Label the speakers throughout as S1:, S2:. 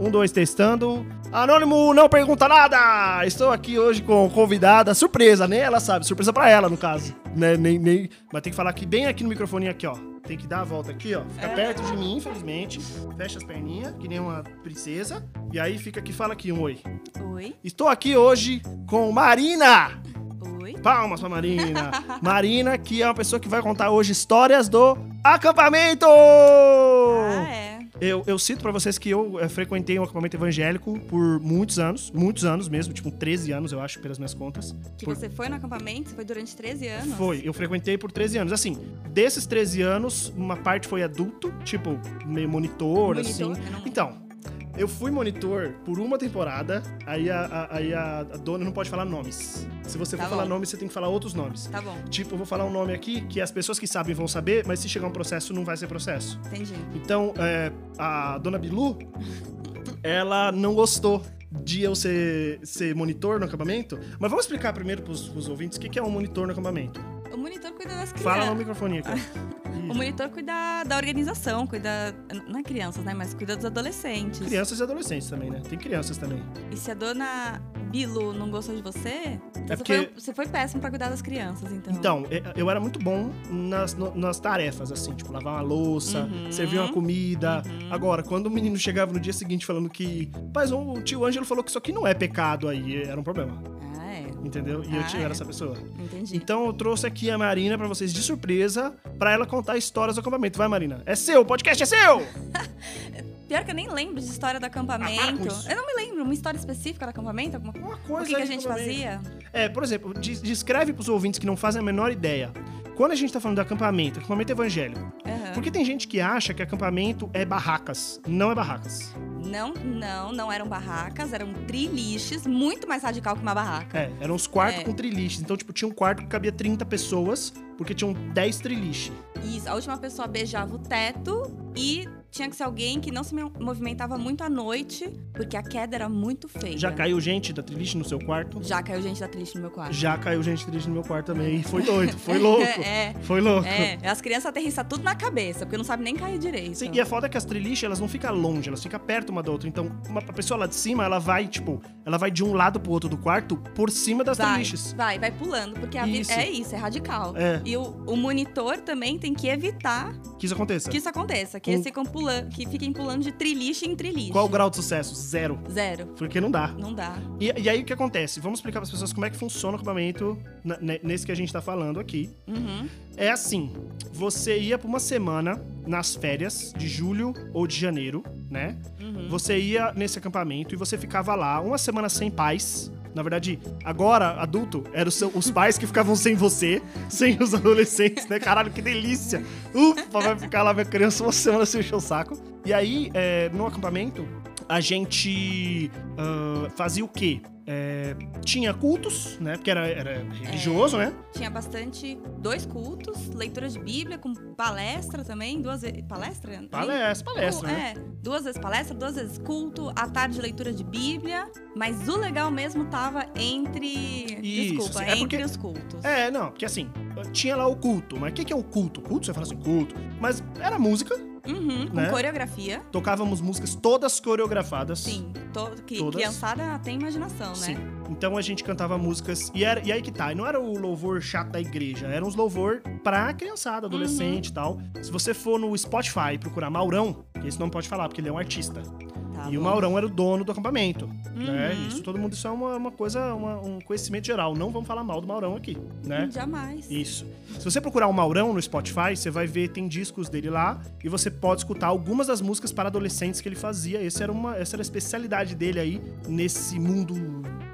S1: Um, dois, testando. Anônimo, não pergunta nada! Estou aqui hoje com convidada, surpresa, nem ela sabe, surpresa pra ela, no caso. Né, nem, nem, mas tem que falar aqui, bem aqui no microfone, aqui, ó. Tem que dar a volta aqui, ó. Fica perto de mim, infelizmente. Fecha as perninhas, que nem uma princesa. E aí fica aqui, fala aqui um oi.
S2: Oi,
S1: Estou aqui hoje com Marina!
S2: oi.
S1: Palmas pra Marina! Marina, que é uma pessoa que vai contar hoje histórias do acampamento!
S2: Ah, é.
S1: Eu, eu cito pra vocês que eu eh, frequentei um acampamento evangélico por muitos anos, muitos anos mesmo, tipo 13 anos, eu acho, pelas minhas contas.
S2: Que
S1: Por-
S2: você foi no acampamento? Foi durante 13 anos?
S1: Foi, eu frequentei por 13 anos. Assim, desses 13 anos, uma parte foi adulto, tipo, meio monitor,
S2: Monitor,
S1: assim.
S2: eu não-
S1: Então, eu fui monitor por uma temporada, aí a, a- aí a- a dona não pode falar nomes. Se você
S2: Tá
S1: for falar
S2: bom.
S1: nomes, você tem que falar outros nomes.
S2: Tá bom,
S1: Tipo, eu vou falar um nome aqui que as pessoas que sabem vão saber, mas se chegar um processo, não vai ser processo.
S2: entendi.
S1: Então, é, a dona Bilu, ela não gostou de eu ser, ser monitor no acampamento. Mas vamos explicar primeiro pros, pros ouvintes o que, que é um monitor no acampamento.
S2: O monitor cuida das crianças.
S1: Fala no microfone aqui.
S2: O monitor cuida da organização, cuida. Não é crianças, né? Mas cuida dos adolescentes.
S1: Crianças e adolescentes também, né? Tem crianças também.
S2: E se a dona Bilu não gostou de você, você,
S1: É porque-
S2: foi, você foi péssimo pra cuidar das crianças, então.
S1: Então, é, eu era muito bom nas, no- nas tarefas, assim, tipo, lavar uma louça,
S2: Uhum.
S1: servir uma comida.
S2: Uhum.
S1: Agora, quando o menino chegava no dia seguinte falando que. Mas o tio Ângelo falou que isso aqui não é pecado, aí era um problema,
S2: Ah, é.
S1: entendeu? E eu
S2: Ah,
S1: tinha- eu era
S2: é.
S1: essa pessoa.
S2: Entendi.
S1: Então eu trouxe aqui a Marina pra vocês de surpresa, pra ela contar histórias do acampamento. Vai, Marina. É seu, o podcast é seu!
S2: Pior que eu nem lembro de história do
S1: Ah, para
S2: acampamento.
S1: com isso.
S2: eu não me lembro. Uma história específica do acampamento? Alguma coisa?
S1: Uma
S2: O
S1: coisa
S2: que, que
S1: aí
S2: a gente
S1: do acampamento.
S2: fazia?
S1: É, por exemplo, de- descreve pros ouvintes que não fazem a menor ideia. Quando a gente tá falando de acampamento, acampamento evangélico,
S2: Aham.
S1: porque tem gente que acha que acampamento é barracas. Não é barracas.
S2: Não, não, não eram barracas, eram triliches, muito mais radical que uma barraca.
S1: É, eram uns quartos
S2: É.
S1: com triliches. Então, tipo, tinha um quarto que cabia 30 pessoas, porque tinham 10 triliches.
S2: Isso, a última pessoa beijava o teto e tinha que ser alguém que não se mo- movimentava muito à noite, porque a queda era muito feia.
S1: Já caiu gente da triliche no seu quarto?
S2: Já caiu gente da triliche no meu quarto.
S1: Já caiu gente da triliche no meu quarto também. E foi doido, foi louco.
S2: É,
S1: Foi louco.
S2: é, é, as crianças aterrissam tudo na cabeça, porque não sabem nem cair direito.
S1: Sim, e a foda é que as treliches, elas não ficam longe, elas ficam perto uma da outra. Então, uma a pessoa lá de cima, ela vai, tipo, ela vai de um lado pro outro do quarto por cima das
S2: Vai,
S1: treliches.
S2: vai, vai pulando, porque a vida
S1: Isso.
S2: é isso, é radical.
S1: É,
S2: E o, o monitor também tem que evitar
S1: que isso aconteça.
S2: que isso aconteça, que
S1: Um-
S2: eles ficam pulando, que fiquem pulando de triliche em triliche.
S1: Qual o grau de sucesso? Zero.
S2: Zero.
S1: Porque não dá.
S2: Não dá.
S1: E, e aí o que acontece? Vamos explicar pras pessoas como é que funciona o acampamento na- ne- nesse que a gente tá falando aqui.
S2: Uhum.
S1: É assim: você ia pra uma semana nas férias de julho ou de janeiro, né?
S2: Uhum.
S1: Você ia nesse acampamento e você ficava lá uma semana sem pais. Na verdade, agora, adulto, eram os, os pais que ficavam sem você, sem os adolescentes, né? Caralho, que delícia! Ufa, vai ficar lá minha criança uma semana sem encher o saco. E aí, é, no acampamento, a gente ah, fazia o quê? É, tinha cultos, né? Porque era, era religioso, né?
S2: Tinha bastante dois cultos, leitura de Bíblia com palestra também, duas vezes palestra? Nem-
S1: Palestra, palestra, né?
S2: É, duas vezes palestra, duas vezes culto, à tarde leitura de Bíblia, mas o legal mesmo tava entre,
S1: Isso,
S2: desculpa,
S1: é
S2: entre
S1: porque-
S2: os cultos.
S1: É, não, porque assim, tinha lá o culto. Mas o que, que é o culto? Culto, você fala assim, culto. Mas era música,
S2: Uhum, com
S1: Né?
S2: coreografia.
S1: Tocávamos músicas todas coreografadas.
S2: Sim, né? to- que
S1: Todas.
S2: criançada tem imaginação,
S1: Sim.
S2: né?
S1: Então a gente cantava músicas. E, era- e aí que tá. E não era o louvor chato da igreja. Era uns louvor pra criançada,
S2: Uhum.
S1: adolescente e tal. Se você for no Spotify e procurar Maurão, que esse não pode falar, porque ele é um artista.
S2: Tá
S1: e o
S2: bom.
S1: Maurão era o dono do acampamento. Né?
S2: Uhum.
S1: Isso todo mundo. Isso é uma, uma coisa, uma- um conhecimento geral. Não vamos falar mal do Maurão aqui, né?
S2: Jamais.
S1: Isso. Se você procurar o Maurão no Spotify, você vai ver, tem discos dele lá e você pode escutar algumas das músicas para adolescentes que ele fazia. Esse era uma, essa era a especialidade dele aí nesse mundo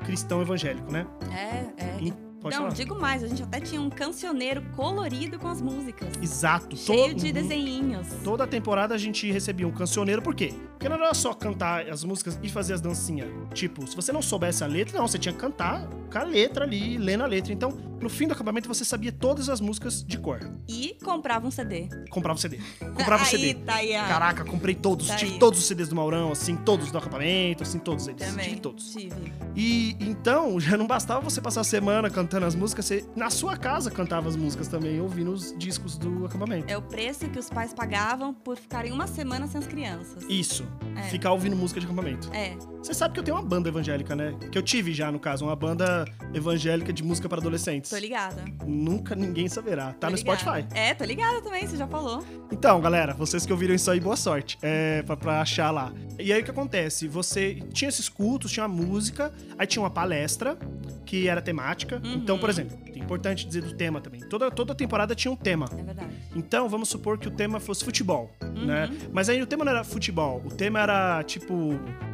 S1: cristão evangélico, né?
S2: É, é.
S1: E- Pode
S2: Não,
S1: falar.
S2: digo mais, a gente até tinha um cancioneiro colorido com as músicas.
S1: Exato.
S2: Cheio
S1: To-
S2: de
S1: Uhum.
S2: desenhinhos.
S1: Toda temporada a gente recebia um cancioneiro, por quê? Porque não era só cantar as músicas e fazer as dancinhas. Tipo, se você não soubesse a letra, não, você tinha que cantar com a letra ali, lendo a letra. Então, no fim do acampamento, você sabia todas as músicas de cor.
S2: E comprava um CD.
S1: Comprava o CD. Comprava um o
S2: aí,
S1: CD.
S2: Tá aí a...
S1: Caraca, comprei todos,
S2: Tá
S1: tive
S2: aí.
S1: todos os CDs do Maurão, assim, todos do acampamento, assim, todos eles.
S2: Também.
S1: Tive todos.
S2: Tive.
S1: E então, já não bastava você passar a semana cantando as músicas, você na sua casa cantava as músicas também, ouvindo os discos do acampamento.
S2: É o preço que os pais pagavam por ficarem uma semana sem as crianças.
S1: Isso.
S2: É.
S1: ficar ouvindo música de acampamento.
S2: É.
S1: Você sabe que eu tenho uma banda evangélica, né? Que eu tive já, no caso, uma banda evangélica de música para adolescentes.
S2: Tô ligada.
S1: Nunca ninguém saberá. Tá
S2: Tô
S1: no
S2: ligada.
S1: Spotify.
S2: É, tô ligada também, você já falou.
S1: Então, galera, vocês que ouviram isso aí, boa sorte. É, pra, pra achar lá. E aí o que acontece? Você tinha esses cultos, tinha uma música, aí tinha uma palestra que era temática.
S2: Uhum.
S1: Então, por exemplo, é importante dizer do tema também. Toda, toda temporada tinha um tema.
S2: É verdade.
S1: Então, vamos supor que o tema fosse futebol,
S2: Uhum.
S1: né? Mas aí o tema não era futebol, o tema era tipo.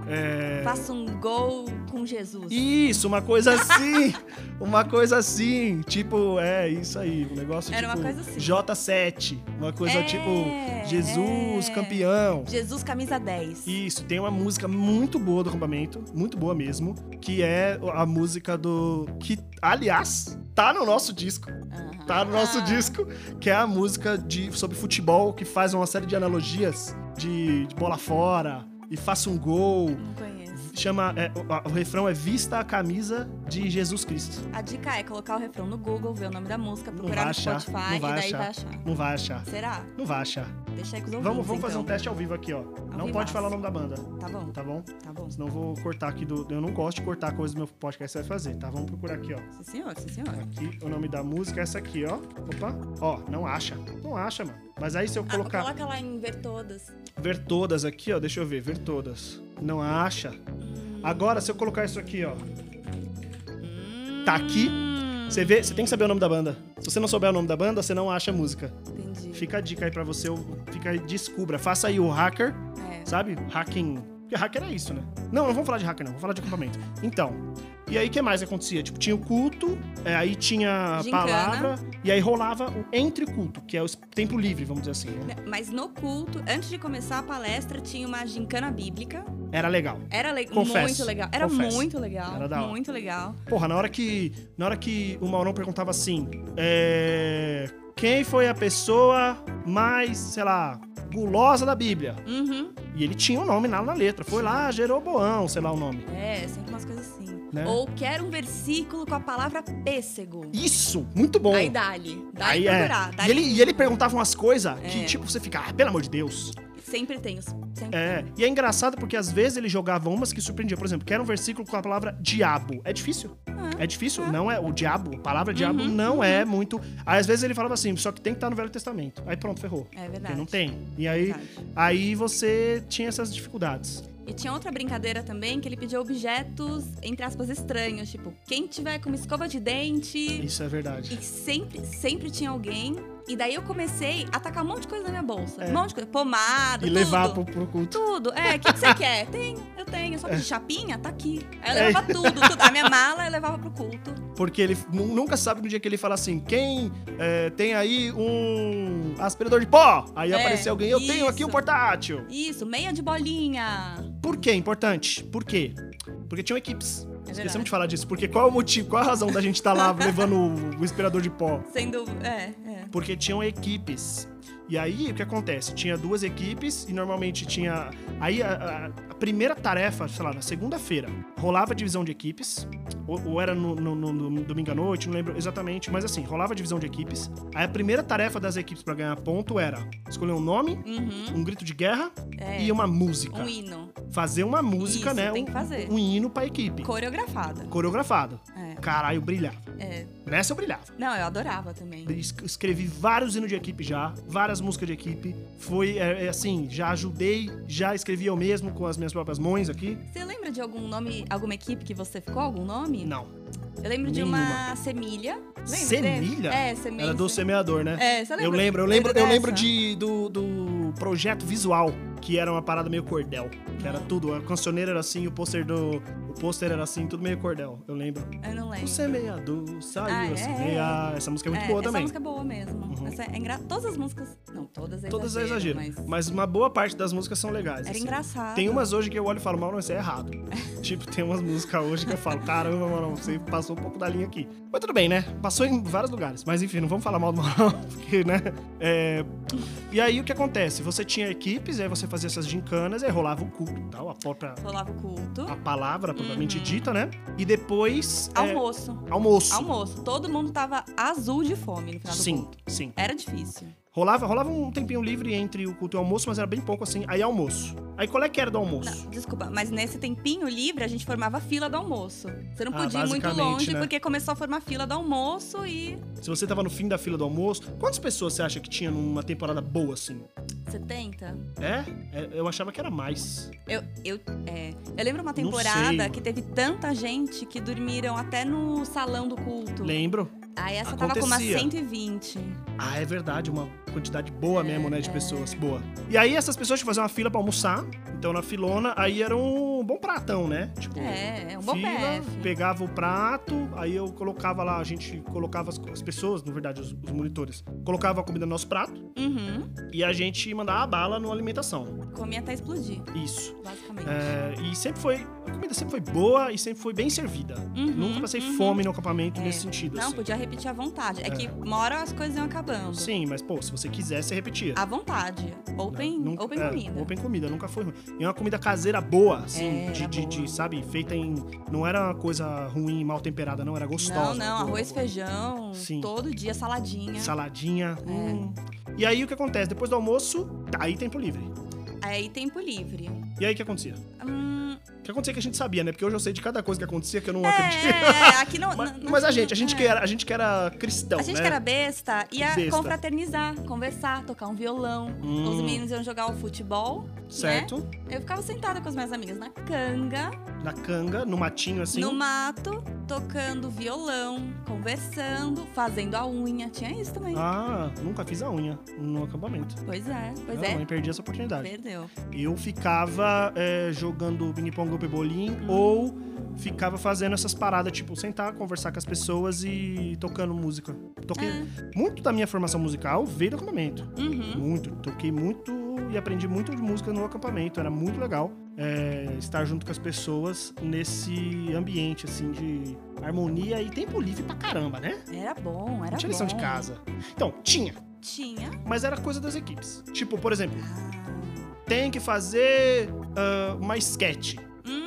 S1: é,
S2: Faça um gol com Jesus.
S1: Isso, uma coisa assim. uma coisa assim. Tipo, é isso aí. Um negócio
S2: Era uma
S1: tipo
S2: coisa assim.
S1: J7. Uma coisa
S2: É,
S1: tipo Jesus,
S2: é.
S1: campeão.
S2: Jesus camisa 10.
S1: Isso, tem uma música muito boa do acampamento, muito boa mesmo, que é a música do. que, aliás, tá no nosso disco.
S2: Aham.
S1: Tá no nosso
S2: Ah,
S1: disco, que é a música de, sobre futebol, que faz uma série de analogias de, de bola fora e faça um gol.
S2: Não conheço.
S1: Chama. é, o, a- o refrão é Vista a camisa de Jesus Cristo.
S2: A dica é colocar o refrão no Google, ver o nome da música, procurar
S1: vai
S2: no
S1: achar,
S2: Spotify
S1: não vai
S2: e daí
S1: achar.
S2: vai achar.
S1: Não vai achar.
S2: Será?
S1: Não vai achar.
S2: Deixa aí com os ouvintes,
S1: Vamos, vamos fazer um
S2: então.
S1: teste ao vivo aqui, ó. Não pode
S2: vivaço.
S1: falar o nome da banda,
S2: Tá bom,
S1: tá bom?
S2: tá bom.
S1: Senão eu vou cortar aqui do. Eu não gosto de cortar coisa do meu podcast que você vai fazer, tá? Vamos procurar aqui, ó.
S2: Sim senhor, sim senhor.
S1: Aqui, o nome da música é essa aqui, ó. Opa. Ó, não acha. Não acha, mano. Mas aí se eu
S2: Ah,
S1: colocar
S2: Coloca lá em ver todas.
S1: ver todas aqui, ó, deixa eu ver, ver todas. Não acha.
S2: Hum.
S1: Agora, se eu colocar isso aqui, ó. Tá aqui. Você vê, você tem que saber o nome da banda. Se você não souber o nome da banda, você não acha a música.
S2: Entendi.
S1: Fica a dica aí pra você, ou- fica aí, descubra. Faça aí o hacker,
S2: É.
S1: sabe? Hacking. Porque hacker é isso, né? Não, não vamos falar de hacker, não. Vamos falar de acampamento. Então, e aí o que mais acontecia? Tipo, tinha o culto, é, aí tinha a
S2: Gincana.
S1: palavra, e aí rolava o entre culto, que é o es- tempo livre, vamos dizer assim. né?
S2: é, Mas no culto, antes de começar a palestra, tinha uma gincana bíblica.
S1: Era legal.
S2: Era le-
S1: Confesso,
S2: muito legal. Era
S1: confesso.
S2: muito legal.
S1: Era da hora.
S2: muito legal.
S1: Porra, na hora que, na hora que o Maurão perguntava assim, é, quem foi a pessoa mais, sei lá, gulosa da Bíblia?
S2: Uhum.
S1: E ele tinha o nome lá na letra. Foi lá, Jeroboão, sei lá o nome.
S2: É, sempre umas coisas assim.
S1: Né?
S2: Ou quero um versículo com a palavra pêssego.
S1: Isso, muito bom.
S2: Tá Aí dá-lhe.
S1: Aí
S2: Dá-lhe
S1: é.
S2: procurar.
S1: E
S2: dá-lhe
S1: ele, e ele perguntava umas coisas que,
S2: É.
S1: tipo, você fica, ah, pelo amor de Deus.
S2: Sempre tem. os- Sempre
S1: É. E é engraçado porque às vezes ele jogava umas que surpreendia. Por exemplo, quero um versículo com a palavra diabo. É difícil.
S2: Ah, Uhum,
S1: É difícil, não é. O diabo, a palavra diabo não é muito. Aí às vezes ele falava assim, só que tem que estar no Velho Testamento. Aí pronto, ferrou.
S2: É
S1: Porque
S2: verdade.
S1: não tem. E aí,
S2: Verdade.
S1: aí você tinha essas dificuldades.
S2: E tinha outra brincadeira também que ele pedia objetos, entre aspas, estranhos. Tipo, quem tiver com uma escova de dente.
S1: Isso é verdade.
S2: E sempre, sempre tinha alguém. E daí eu comecei a tacar um monte de coisa na minha bolsa. Um monte de coisa. Pomada,
S1: É. E
S2: tudo.
S1: levar pro, pro culto.
S2: Tudo. É, o que, que você quer? Tenho, eu tenho. Só que chapinha, tá aqui. Aí eu
S1: É.
S2: levava tudo, tudo. A minha mala eu levava pro culto.
S1: Porque ele nu- nunca sabe no dia que ele fala assim: quem é, tem aí um aspirador de pó? Aí
S2: É,
S1: apareceu alguém, eu tenho aqui
S2: isso.
S1: um portátil.
S2: Isso, meia de bolinha.
S1: Por que é importante? Por quê? Porque tinham equipes.
S2: É
S1: Esquecemos
S2: verdade.
S1: de falar disso, porque qual é o motivo, qual a razão da gente estar lá levando o- o aspirador de pó?
S2: Sendo. É, é.
S1: porque tinham equipes. E aí, o que acontece? Tinha duas equipes e normalmente tinha. Aí, a, a- a primeira tarefa, sei lá, na segunda-feira, rolava a divisão de equipes. Ou, ou era no, no- no- no domingo à noite, não lembro exatamente, mas assim, rolava a divisão de equipes. Aí, a primeira tarefa das equipes pra ganhar ponto era escolher um nome,
S2: Uhum.
S1: um grito de guerra
S2: É.
S1: e uma música.
S2: Um hino.
S1: Fazer uma Tá. música,
S2: Isso,
S1: né?
S2: tem que
S1: um-
S2: fazer.
S1: Um, hino pra equipe.
S2: Coreografada.
S1: Coreografado.
S2: É,
S1: Caralho, brilhava.
S2: é.
S1: Nessa eu brilhava.
S2: Não, eu adorava também.
S1: Es- Escrevi vários hinos de equipe já, várias músicas de equipe. Foi é, é assim, já ajudei, já escrevi eu mesmo com as minhas próprias mãos aqui.
S2: Você lembra de algum nome, alguma equipe que você ficou? Algum nome?
S1: Não.
S2: Eu lembro de
S1: Nenhuma.
S2: uma semilha. Lembra
S1: Semilha?
S2: dele? É, semilha.
S1: Era do semeador, né?
S2: É, você lembra?
S1: eu lembro, eu lembro, eu
S2: dessa?
S1: lembro de do, do projeto visual, que era uma parada meio cordel. Que era tudo. A cancioneira era assim, o pôster do. O pôster era assim, tudo meio cordel, eu lembro.
S2: Eu não
S1: O
S2: lembro.
S1: semeador saiu
S2: Ah, é,
S1: a semear. Essa música é muito boa
S2: essa
S1: também.
S2: música é boa mesmo.
S1: Uhum.
S2: Essa é engra... Todas as músicas. Não, todas é
S1: Todas é
S2: exagero,
S1: exagero. Mas
S2: Mas...
S1: uma boa parte das músicas são legais.
S2: Era
S1: assim.
S2: engraçado.
S1: Tem umas hoje que eu olho e falo, Mauro, isso é errado. tipo, tem umas músicas hoje que eu falo, caramba, Mauro, você passou um pouco da linha aqui. Mas tudo bem, né? Passou em vários lugares. Mas enfim, não vamos falar mal do Mauro, porque, né? É, E aí o que acontece? Você tinha equipes, aí você fazia essas gincanas, aí rolava o culto e tal, a própria.
S2: Rolava o culto.
S1: A palavra propriamente
S2: Uhum.
S1: dita, né? E depois. Ah, é,
S2: Almoço.
S1: almoço.
S2: Almoço. Todo mundo tava azul de fome no final do
S1: Sim,
S2: culto.
S1: sim.
S2: Era difícil.
S1: Rolava, rolava um tempinho livre entre o culto e o almoço, mas era bem pouco assim. Aí almoço. Aí qual é que era do almoço?
S2: Não, desculpa, mas nesse tempinho livre a gente formava fila do almoço. Você não
S1: Ah,
S2: podia ir muito
S1: basicamente,
S2: longe
S1: né?
S2: porque começou a formar fila do almoço e
S1: Se você tava no fim da fila do almoço, quantas pessoas você acha que tinha numa temporada boa assim?
S2: 70.
S1: É? É, eu achava que era mais.
S2: Eu, eu, é, eu lembro uma
S1: sei,
S2: temporada
S1: mano.
S2: que teve tanta gente que dormiram até no salão do culto.
S1: Lembro?
S2: Aí essa tava com umas
S1: Acontecia.
S2: 120.
S1: Ah, é verdade, uma quantidade boa mesmo, né, de pessoas, boa. E aí essas pessoas tinham que fazer uma fila pra almoçar, então na filona, aí era um bom pratão, né? Tipo,
S2: É, é um bom
S1: fila,
S2: PF.
S1: pegava o prato, aí eu colocava lá, a gente colocava as, as pessoas, na verdade, os, os monitores, colocava a comida no nosso prato
S2: Uhum.
S1: e a gente mandava a bala no alimentação.
S2: Comia até explodir,
S1: Isso.
S2: basicamente.
S1: É, e sempre foi. A comida sempre foi boa e sempre foi bem servida.
S2: Uhum,
S1: Nunca passei
S2: uhum.
S1: fome no acampamento
S2: É.
S1: nesse sentido.
S2: Não,
S1: assim.
S2: podia repetir à vontade. É, que uma hora as coisas iam acabando.
S1: Sim, mas pô, se você quiser, você repetia.
S2: À vontade. Ah, Open,
S1: Nunca-
S2: open
S1: é,
S2: comida.
S1: Open comida, nunca foi ruim. E é uma comida caseira boa, assim,
S2: É,
S1: de,
S2: era
S1: de-
S2: boa.
S1: de, sabe, feita em. Não era uma coisa ruim, mal temperada, não, era gostosa.
S2: não, não,
S1: boa,
S2: arroz,
S1: boa.
S2: feijão,
S1: Sim.
S2: todo dia, saladinha.
S1: Saladinha.
S2: É.
S1: hum. E aí o que acontece? Depois do almoço, tá aí tempo livre.
S2: Aí tempo livre.
S1: E aí o que acontecia?
S2: Hum,
S1: O que acontecia que a gente sabia, né? Porque hoje eu sei de cada coisa que acontecia que eu não acredito.
S2: é, é, aqui não.
S1: Mas,
S2: não-
S1: mas a gente, a gente,
S2: é.
S1: que era, a gente que era cristão,
S2: A gente
S1: né?
S2: que era besta ia
S1: Besta.
S2: confraternizar, conversar, tocar um violão.
S1: Hum.
S2: Os meninos né? iam jogar o futebol.
S1: Certo?
S2: Eu ficava sentada com as minhas amigas na canga,
S1: Na canga, no matinho, assim.
S2: no mato, tocando violão, conversando, fazendo a unha. Tinha isso também.
S1: Ah, nunca fiz a unha no acampamento.
S2: Pois é, pois
S1: Não,
S2: é.
S1: mãe, perdi essa oportunidade.
S2: Perdeu.
S1: Eu ficava é, jogando ping-pong ou pebolim
S2: Uhum.
S1: ou ficava fazendo essas paradas, tipo, sentar, conversar com as pessoas e tocando música. Toquei.
S2: É.
S1: Muito da minha formação musical veio do acampamento.
S2: Uhum.
S1: Muito. Toquei muito e aprendi muito de música no acampamento. Era muito legal é, estar junto com as pessoas nesse ambiente, assim, de harmonia e tempo livre pra caramba, né?
S2: Era bom, era
S1: Não tinha
S2: bom.
S1: lição de casa. Então, tinha.
S2: Tinha.
S1: Mas era coisa das equipes. Tipo, por exemplo,
S2: Ah.
S1: tem que fazer ah, uma sketch.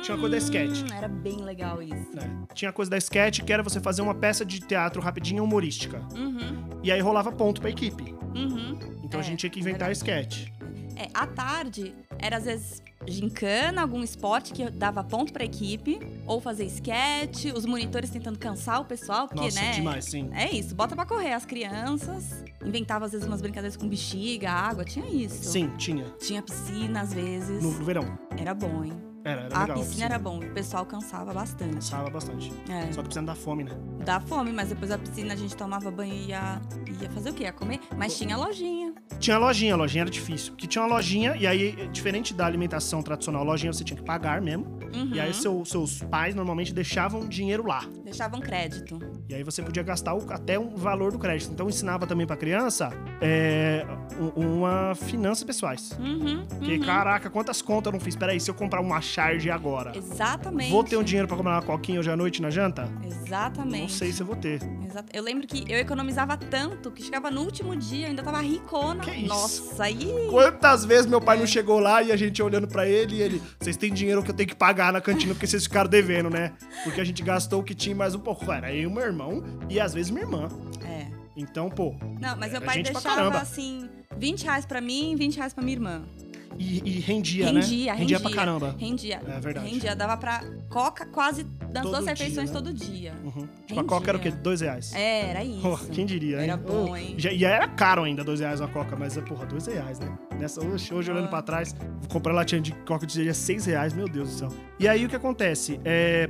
S1: Tinha uma coisa da sketch.
S2: Hum, Era bem legal isso.
S1: né? Tinha a coisa da sketch, que era você fazer uma peça de teatro rapidinha humorística.
S2: Uhum,
S1: E aí rolava ponto pra equipe.
S2: uhum.
S1: Então a
S2: É,
S1: gente tinha que inventar a sketch.
S2: É, à tarde, era às vezes gincana, algum esporte que dava ponto pra equipe, ou fazer sketch, os monitores tentando cansar o pessoal, porque,
S1: Nossa,
S2: né?
S1: demais, sim.
S2: É isso, bota pra correr as crianças, inventava às vezes umas brincadeiras com bexiga, água, tinha isso.
S1: Sim, tinha.
S2: Tinha piscina às vezes.
S1: No, no verão.
S2: Era bom, hein?
S1: Era, era
S2: a
S1: legal.
S2: Ah, piscina era bom, o pessoal cansava bastante.
S1: Cansava bastante.
S2: É.
S1: Só que precisando dar fome, né?
S2: Dá fome, mas depois da piscina a gente tomava banho e ia, ia fazer o quê? Ia comer? Mas tinha lojinha.
S1: Tinha lojinha, a lojinha era difícil. Porque tinha uma lojinha, e aí, é, diferente da alimentação tradicional, lojinha você tinha que pagar mesmo.
S2: Uhum.
S1: E aí seu- seus pais normalmente deixavam dinheiro lá.
S2: Deixavam um crédito.
S1: E aí você podia gastar o- até o valor do crédito. Então ensinava também pra criança é, um- uma finanças pessoais.
S2: Uhum.
S1: Porque,
S2: uhum.
S1: caraca, quantas contas eu não fiz? Peraí, se eu comprar uma charge agora,
S2: Exatamente.
S1: vou ter um dinheiro pra comprar uma coquinha hoje à noite na janta?
S2: Exatamente.
S1: Não sei se eu vou ter.
S2: Exa- Eu lembro que eu economizava tanto que chegava no último dia, eu ainda tava ricona.
S1: Que isso?
S2: Nossa, aí.
S1: Quantas vezes meu pai não chegou lá e a gente olhando pra ele e ele, vocês têm dinheiro que eu tenho que pagar na cantina porque vocês ficaram devendo, né? Porque a gente gastou o que tinha mais um pouco. Era eu, meu irmão e às vezes minha irmã.
S2: É.
S1: Então, pô,
S2: Não, mas meu
S1: Era
S2: pai
S1: gente pra
S2: deixava
S1: caramba.
S2: assim: 20 reais pra mim, 20 reais pra minha irmã.
S1: e, e rendia, né? rendia
S2: Rendia, rendia.
S1: pra caramba.
S2: Rendia.
S1: É verdade.
S2: Rendia, dava pra coca quase das
S1: Todo
S2: duas
S1: dia,
S2: refeições
S1: né?
S2: todo dia.
S1: Uhum. Tipo,
S2: Rendia.
S1: a coca era o quê? Dois reais.
S2: É, era isso.
S1: Pô, quem diria, hein?
S2: Era bom,
S1: Ô,
S2: hein?
S1: já- e era caro ainda, dois reais a coca, mas, porra, dois reais, né? Nessa, hoje, hoje
S2: Ah.
S1: olhando pra trás, comprar latinha de coca seria seis reais, meu Deus do céu. E aí, o que acontece? É,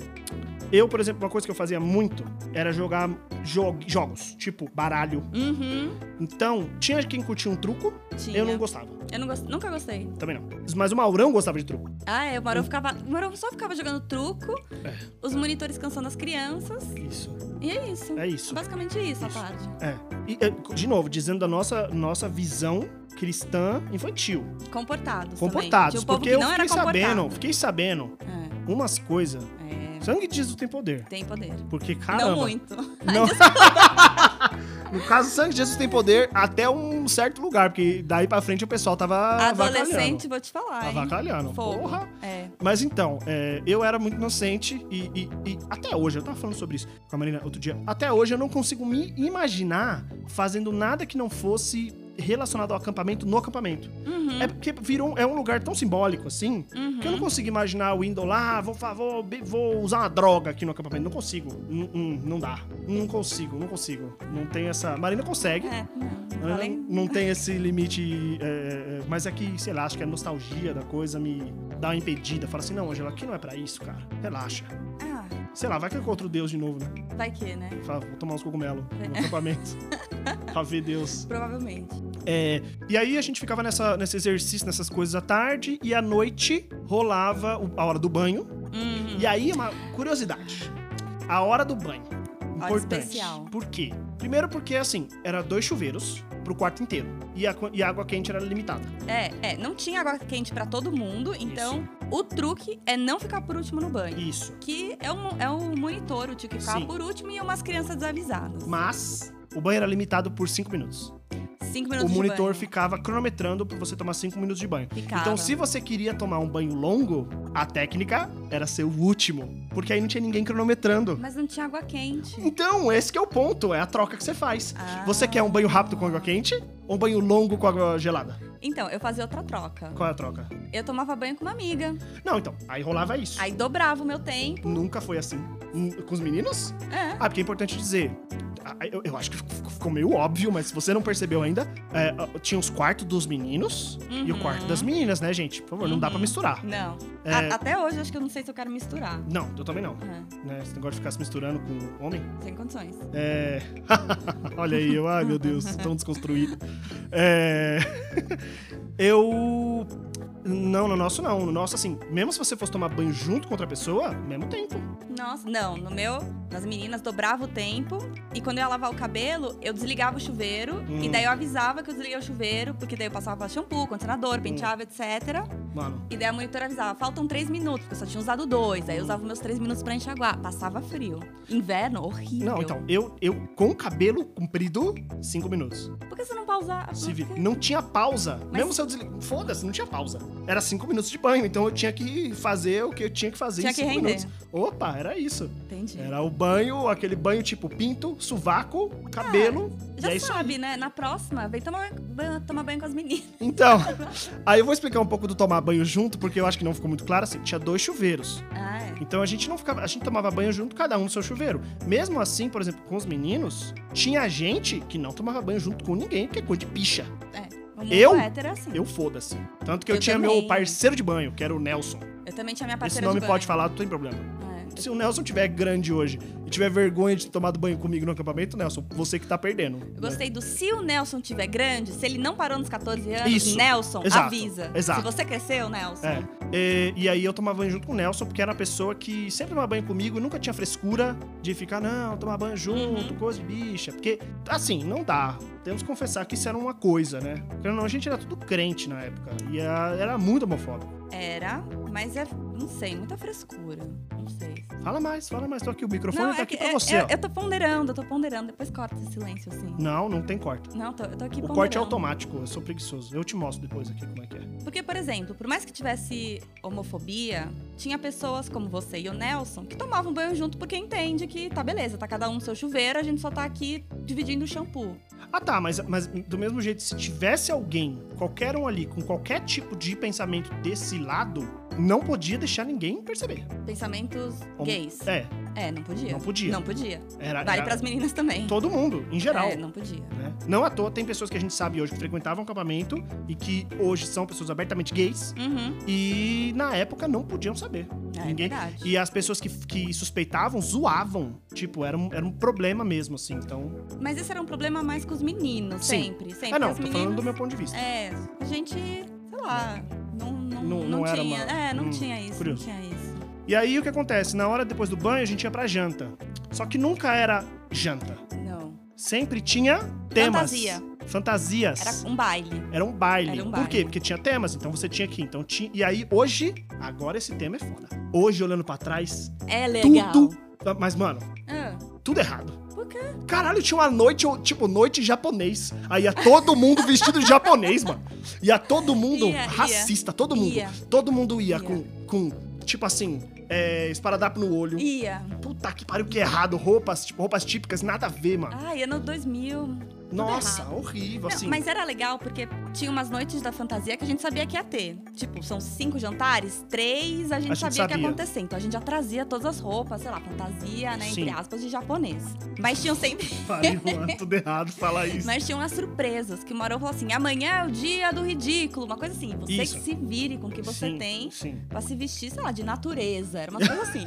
S1: eu, por exemplo, uma coisa que eu fazia muito era jogar jo- jogos, tipo baralho.
S2: Uhum.
S1: Então, tinha quem curtia um truco,
S2: Tinha.
S1: eu não gostava.
S2: Eu não gos- nunca gostei.
S1: Também não. Mas o Maurão gostava de truco.
S2: Ah, é, o Marão ficava. O Marão só ficava jogando truco,
S1: É.
S2: os monitores cansando as crianças.
S1: Isso.
S2: E é isso.
S1: É isso.
S2: Basicamente isso,
S1: Isso.
S2: a tarde.
S1: É. E, é, de novo, dizendo da nossa, nossa visão cristã infantil.
S2: Comportados.
S1: Comportados.
S2: Também. Tinha um povo
S1: Porque
S2: que
S1: eu
S2: não
S1: fiquei
S2: era comportado.
S1: sabendo, fiquei sabendo
S2: É,
S1: umas coisas.
S2: é,
S1: Sangue de Jesus tem poder.
S2: tem poder.
S1: Porque, caramba.
S2: Não muito.
S1: Não. no caso, sangue de Jesus tem poder até um certo lugar, porque daí pra frente o pessoal tava
S2: Adolescente, vou te falar. hein?
S1: avacalhando. Avacalhando.
S2: Fogo.
S1: Porra.
S2: É.
S1: Mas então, é, eu era muito inocente e, e- e até hoje, eu tava falando sobre isso com a Marina outro dia, até hoje eu não consigo me imaginar fazendo nada que não fosse relacionado ao acampamento no acampamento.
S2: Uhum,
S1: É porque virou, é um lugar tão simbólico assim,
S2: uhum.
S1: que eu não consigo imaginar o indo lá, "Ah, vou, fa- vou, be- vou usar uma droga aqui no acampamento. Não consigo. Não, não dá. Não consigo, não consigo. Não tem essa. Marina consegue.
S2: É, não,
S1: Ela
S2: falei.
S1: Não, não tem esse limite. é, é, mas é que, sei lá, acho que a nostalgia da coisa me dá uma impedida. Fala assim, não, Angela, aqui não é pra isso, cara. Relaxa.
S2: Ah,
S1: Sei lá, vai que eu encontro Deus de novo, né?
S2: vai que, né?
S1: Fala, vou tomar uns cogumelos
S2: É.
S1: no acampamento. pra ver Deus.
S2: Provavelmente.
S1: É, e aí a gente ficava nessa, nesse exercício, nessas coisas à tarde, e à noite rolava o- a hora do banho.
S2: Uhum.
S1: E aí, uma curiosidade. A hora do banho. Importante.
S2: especial.
S1: Por quê? Primeiro porque, assim, era dois chuveiros pro quarto inteiro. E a, e a água quente era limitada.
S2: É, é, não tinha água quente pra todo mundo, então o truque é não ficar por último no banho.
S1: Isso.
S2: Que é um, é um monitor, o tio que ficava
S1: Sim.
S2: por último e umas crianças desavisadas.
S1: Mas o banho era limitado por cinco minutos.
S2: Cinco minutos
S1: o
S2: de
S1: monitor
S2: banho.
S1: ficava cronometrando pra você tomar cinco minutos de banho.
S2: Ficava.
S1: Então, se você queria tomar um banho longo, a técnica era ser o último. Porque aí não tinha ninguém cronometrando.
S2: Mas não tinha água quente.
S1: Então, esse que é o ponto, é a troca que você faz.
S2: Ah.
S1: Você quer um banho rápido com água quente ou um banho longo com água gelada?
S2: Então, eu fazia outra troca.
S1: Qual é a troca?
S2: Eu tomava banho com uma amiga.
S1: Não, então, aí rolava isso.
S2: Aí dobrava o meu tempo.
S1: Nunca foi assim. Hum, Com os meninos?
S2: É.
S1: Ah, porque é importante dizer. ah, Eu, eu acho que fico- ficou meio óbvio, mas se você não percebeu ainda, é, ah, tinha os quartos dos meninos e o
S2: Uhum.
S1: quarto das meninas, né, gente? Por favor, não dá pra misturar.
S2: Não.
S1: É.
S2: A- até hoje eu acho que eu não sei se eu quero misturar.
S1: Não, eu também não.
S2: É,
S1: Né? Esse negócio de ficar se misturando com homem.
S2: sem condições.
S1: É. Olha aí, eu, ai meu Deus, tão desconstruído. É. Eu. Não, no nosso não. No nosso, assim, mesmo se você fosse tomar banho junto com outra pessoa, mesmo tempo.
S2: Nossa, não, no meu, nas meninas, dobrava o tempo. E quando eu ia lavar o cabelo, eu desligava o chuveiro.
S1: Hum.
S2: E daí eu avisava que eu desliguei o chuveiro, porque daí eu passava shampoo, condicionador,
S1: Hum.
S2: penteava, etc.
S1: Mano.
S2: E daí a monitora avisava, faltam três minutos, porque eu só tinha usado dois. Aí eu usava meus três minutos pra enxaguar. Passava frio. Inverno, horrível.
S1: Não, então, eu, eu com o cabelo comprido, cinco minutos.
S2: Por que você não pausava?
S1: Se Hum. vira. Não tinha pausa. Mesmo se eu desligar. Foda-se, não tinha pausa. Era cinco minutos de banho, então eu tinha que fazer o que eu tinha que fazer
S2: Tinha
S1: em
S2: que
S1: cinco
S2: render.
S1: minutos. Opa, era isso.
S2: Entendi.
S1: Era o banho, aquele banho tipo pinto, sovaco,
S2: Ah.
S1: cabelo. e
S2: Já
S1: é isso aí.
S2: sabe, né? Na próxima, vem tomar, ban- tomar banho com as meninas.
S1: Então, aí eu vou explicar um pouco do tomar banho junto, porque eu acho que não ficou muito claro assim. Tinha dois chuveiros.
S2: Ah, é.
S1: Então a gente não ficava, a gente tomava banho junto cada um no seu chuveiro. Mesmo assim, por exemplo, com os meninos, tinha gente que não tomava banho junto com ninguém, porque é coisa de picha.
S2: O mundo
S1: Eu?
S2: hétero é assim.
S1: Eu foda-se. Tanto que eu,
S2: Eu
S1: tinha meu
S2: também.
S1: parceiro de banho, que era o Nelson.
S2: Eu também tinha minha
S1: Esse
S2: parceira
S1: nome
S2: de banho.
S1: pode falar, não tem problema.
S2: É.
S1: Se o Nelson tiver grande hoje e tiver vergonha de ter tomado banho comigo no acampamento, Nelson, você que tá perdendo.
S2: Eu gostei do se o Nelson tiver grande, se ele não parou nos 14 anos,
S1: Isso.
S2: Nelson,
S1: Exato.
S2: avisa.
S1: Exato.
S2: Se você cresceu, Nelson.
S1: É. E, e aí eu tomava banho junto com o Nelson, porque era uma pessoa que sempre tomava banho comigo, nunca tinha frescura de ficar, não, tomar banho
S2: Uhum.
S1: junto, coisa de bicha. Porque, assim, não dá. Temos que confessar que isso era uma coisa, né? Porque não, a gente era tudo crente na época. E a- era muito homofóbico.
S2: Era, mas é, não sei, muita frescura. Não sei.
S1: Fala mais, fala mais. Tô aqui, o microfone
S2: não,
S1: tá
S2: é
S1: aqui
S2: que
S1: pra
S2: é-
S1: você,
S2: é-
S1: ó.
S2: eu tô ponderando, eu tô ponderando. Depois corta esse silêncio, assim.
S1: Não, não tem corte.
S2: Não, tô- eu tô aqui
S1: O
S2: ponderando.
S1: corte é automático, eu sou preguiçoso. Eu te mostro depois aqui como é que é.
S2: Porque, por exemplo, por mais que tivesse homofobia, tinha pessoas como você e o Nelson que tomavam banho junto porque entende que tá beleza, tá cada um no seu chuveiro, a gente só tá aqui dividindo o shampoo.
S1: Ah tá, mas, mas do mesmo jeito, se tivesse alguém, qualquer um ali, com qualquer tipo de pensamento desse lado, não podia deixar ninguém perceber.
S2: Pensamentos
S1: Hom-
S2: gays.
S1: É,
S2: É, não podia.
S1: Não podia.
S2: Não podia.
S1: era,
S2: Vale
S1: era
S2: pras meninas também.
S1: todo mundo, em geral.
S2: É, não podia.
S1: né? Não à toa, tem pessoas que a gente sabe hoje que frequentavam acampamento e que hoje são pessoas abertamente gays
S2: Uhum.
S1: e na época não podiam saber.
S2: É,
S1: Ninguém-
S2: é verdade.
S1: E as pessoas que, que suspeitavam zoavam. Tipo, era um, era um problema mesmo, assim. Então.
S2: Mas esse era um problema mais com os meninos,
S1: Sim.
S2: sempre. Sempre.
S1: É, não,
S2: as
S1: tô
S2: meninas,
S1: falando do meu ponto de vista.
S2: É, a gente, sei lá, não,
S1: Não-
S2: não, não,
S1: não era
S2: tinha.
S1: uma-
S2: É, não
S1: hum,
S2: tinha isso,
S1: curioso.
S2: não tinha isso.
S1: E aí o que acontece? Na hora depois do banho, a gente ia pra janta. Só que nunca era janta.
S2: Não.
S1: Sempre tinha temas.
S2: Fantasia.
S1: Fantasias.
S2: Era um baile.
S1: Era um baile.
S2: Era um
S1: Por
S2: baile.
S1: quê? Porque tinha temas, então você tinha que. Então tinha... E aí, hoje, agora esse tema é foda. Hoje, olhando pra trás,
S2: É legal.
S1: tudo. Mas, mano,
S2: Ah,
S1: tudo errado.
S2: por quê?
S1: Caralho, tinha uma noite, tipo, noite japonês. Aí ia todo mundo vestido de japonês, mano. Ia todo mundo
S2: Ia, ia.
S1: racista, todo mundo.
S2: Ia.
S1: Todo mundo ia,
S2: Ia.
S1: Com, com, tipo assim, é, esparadrapo no olho.
S2: Ia. Ah,
S1: Puta que pariu, que errado. Roupas, tipo, roupas típicas, nada a ver, mano.
S2: Ai, ano 2000. tudo
S1: Nossa,
S2: errado.
S1: horrível,
S2: Não,
S1: assim.
S2: mas era legal porque tinha umas noites da fantasia que a gente sabia que ia ter. Tipo, são cinco jantares, três a gente,
S1: A gente
S2: sabia, que
S1: sabia.
S2: ia acontecer. Então a gente já trazia todas as roupas, sei lá, fantasia, né? Entre
S1: Sim.
S2: aspas, de japonês. Mas tinham sempre.
S1: Pariu, é tudo errado falar isso.
S2: Mas tinham umas surpresas que uma hora eu falava assim: amanhã é o dia do ridículo, uma coisa assim. Você
S1: Isso.
S2: que se vire com o que você
S1: Sim,
S2: tem
S1: Sim.
S2: pra se vestir, sei lá, de natureza. Era uma coisa assim.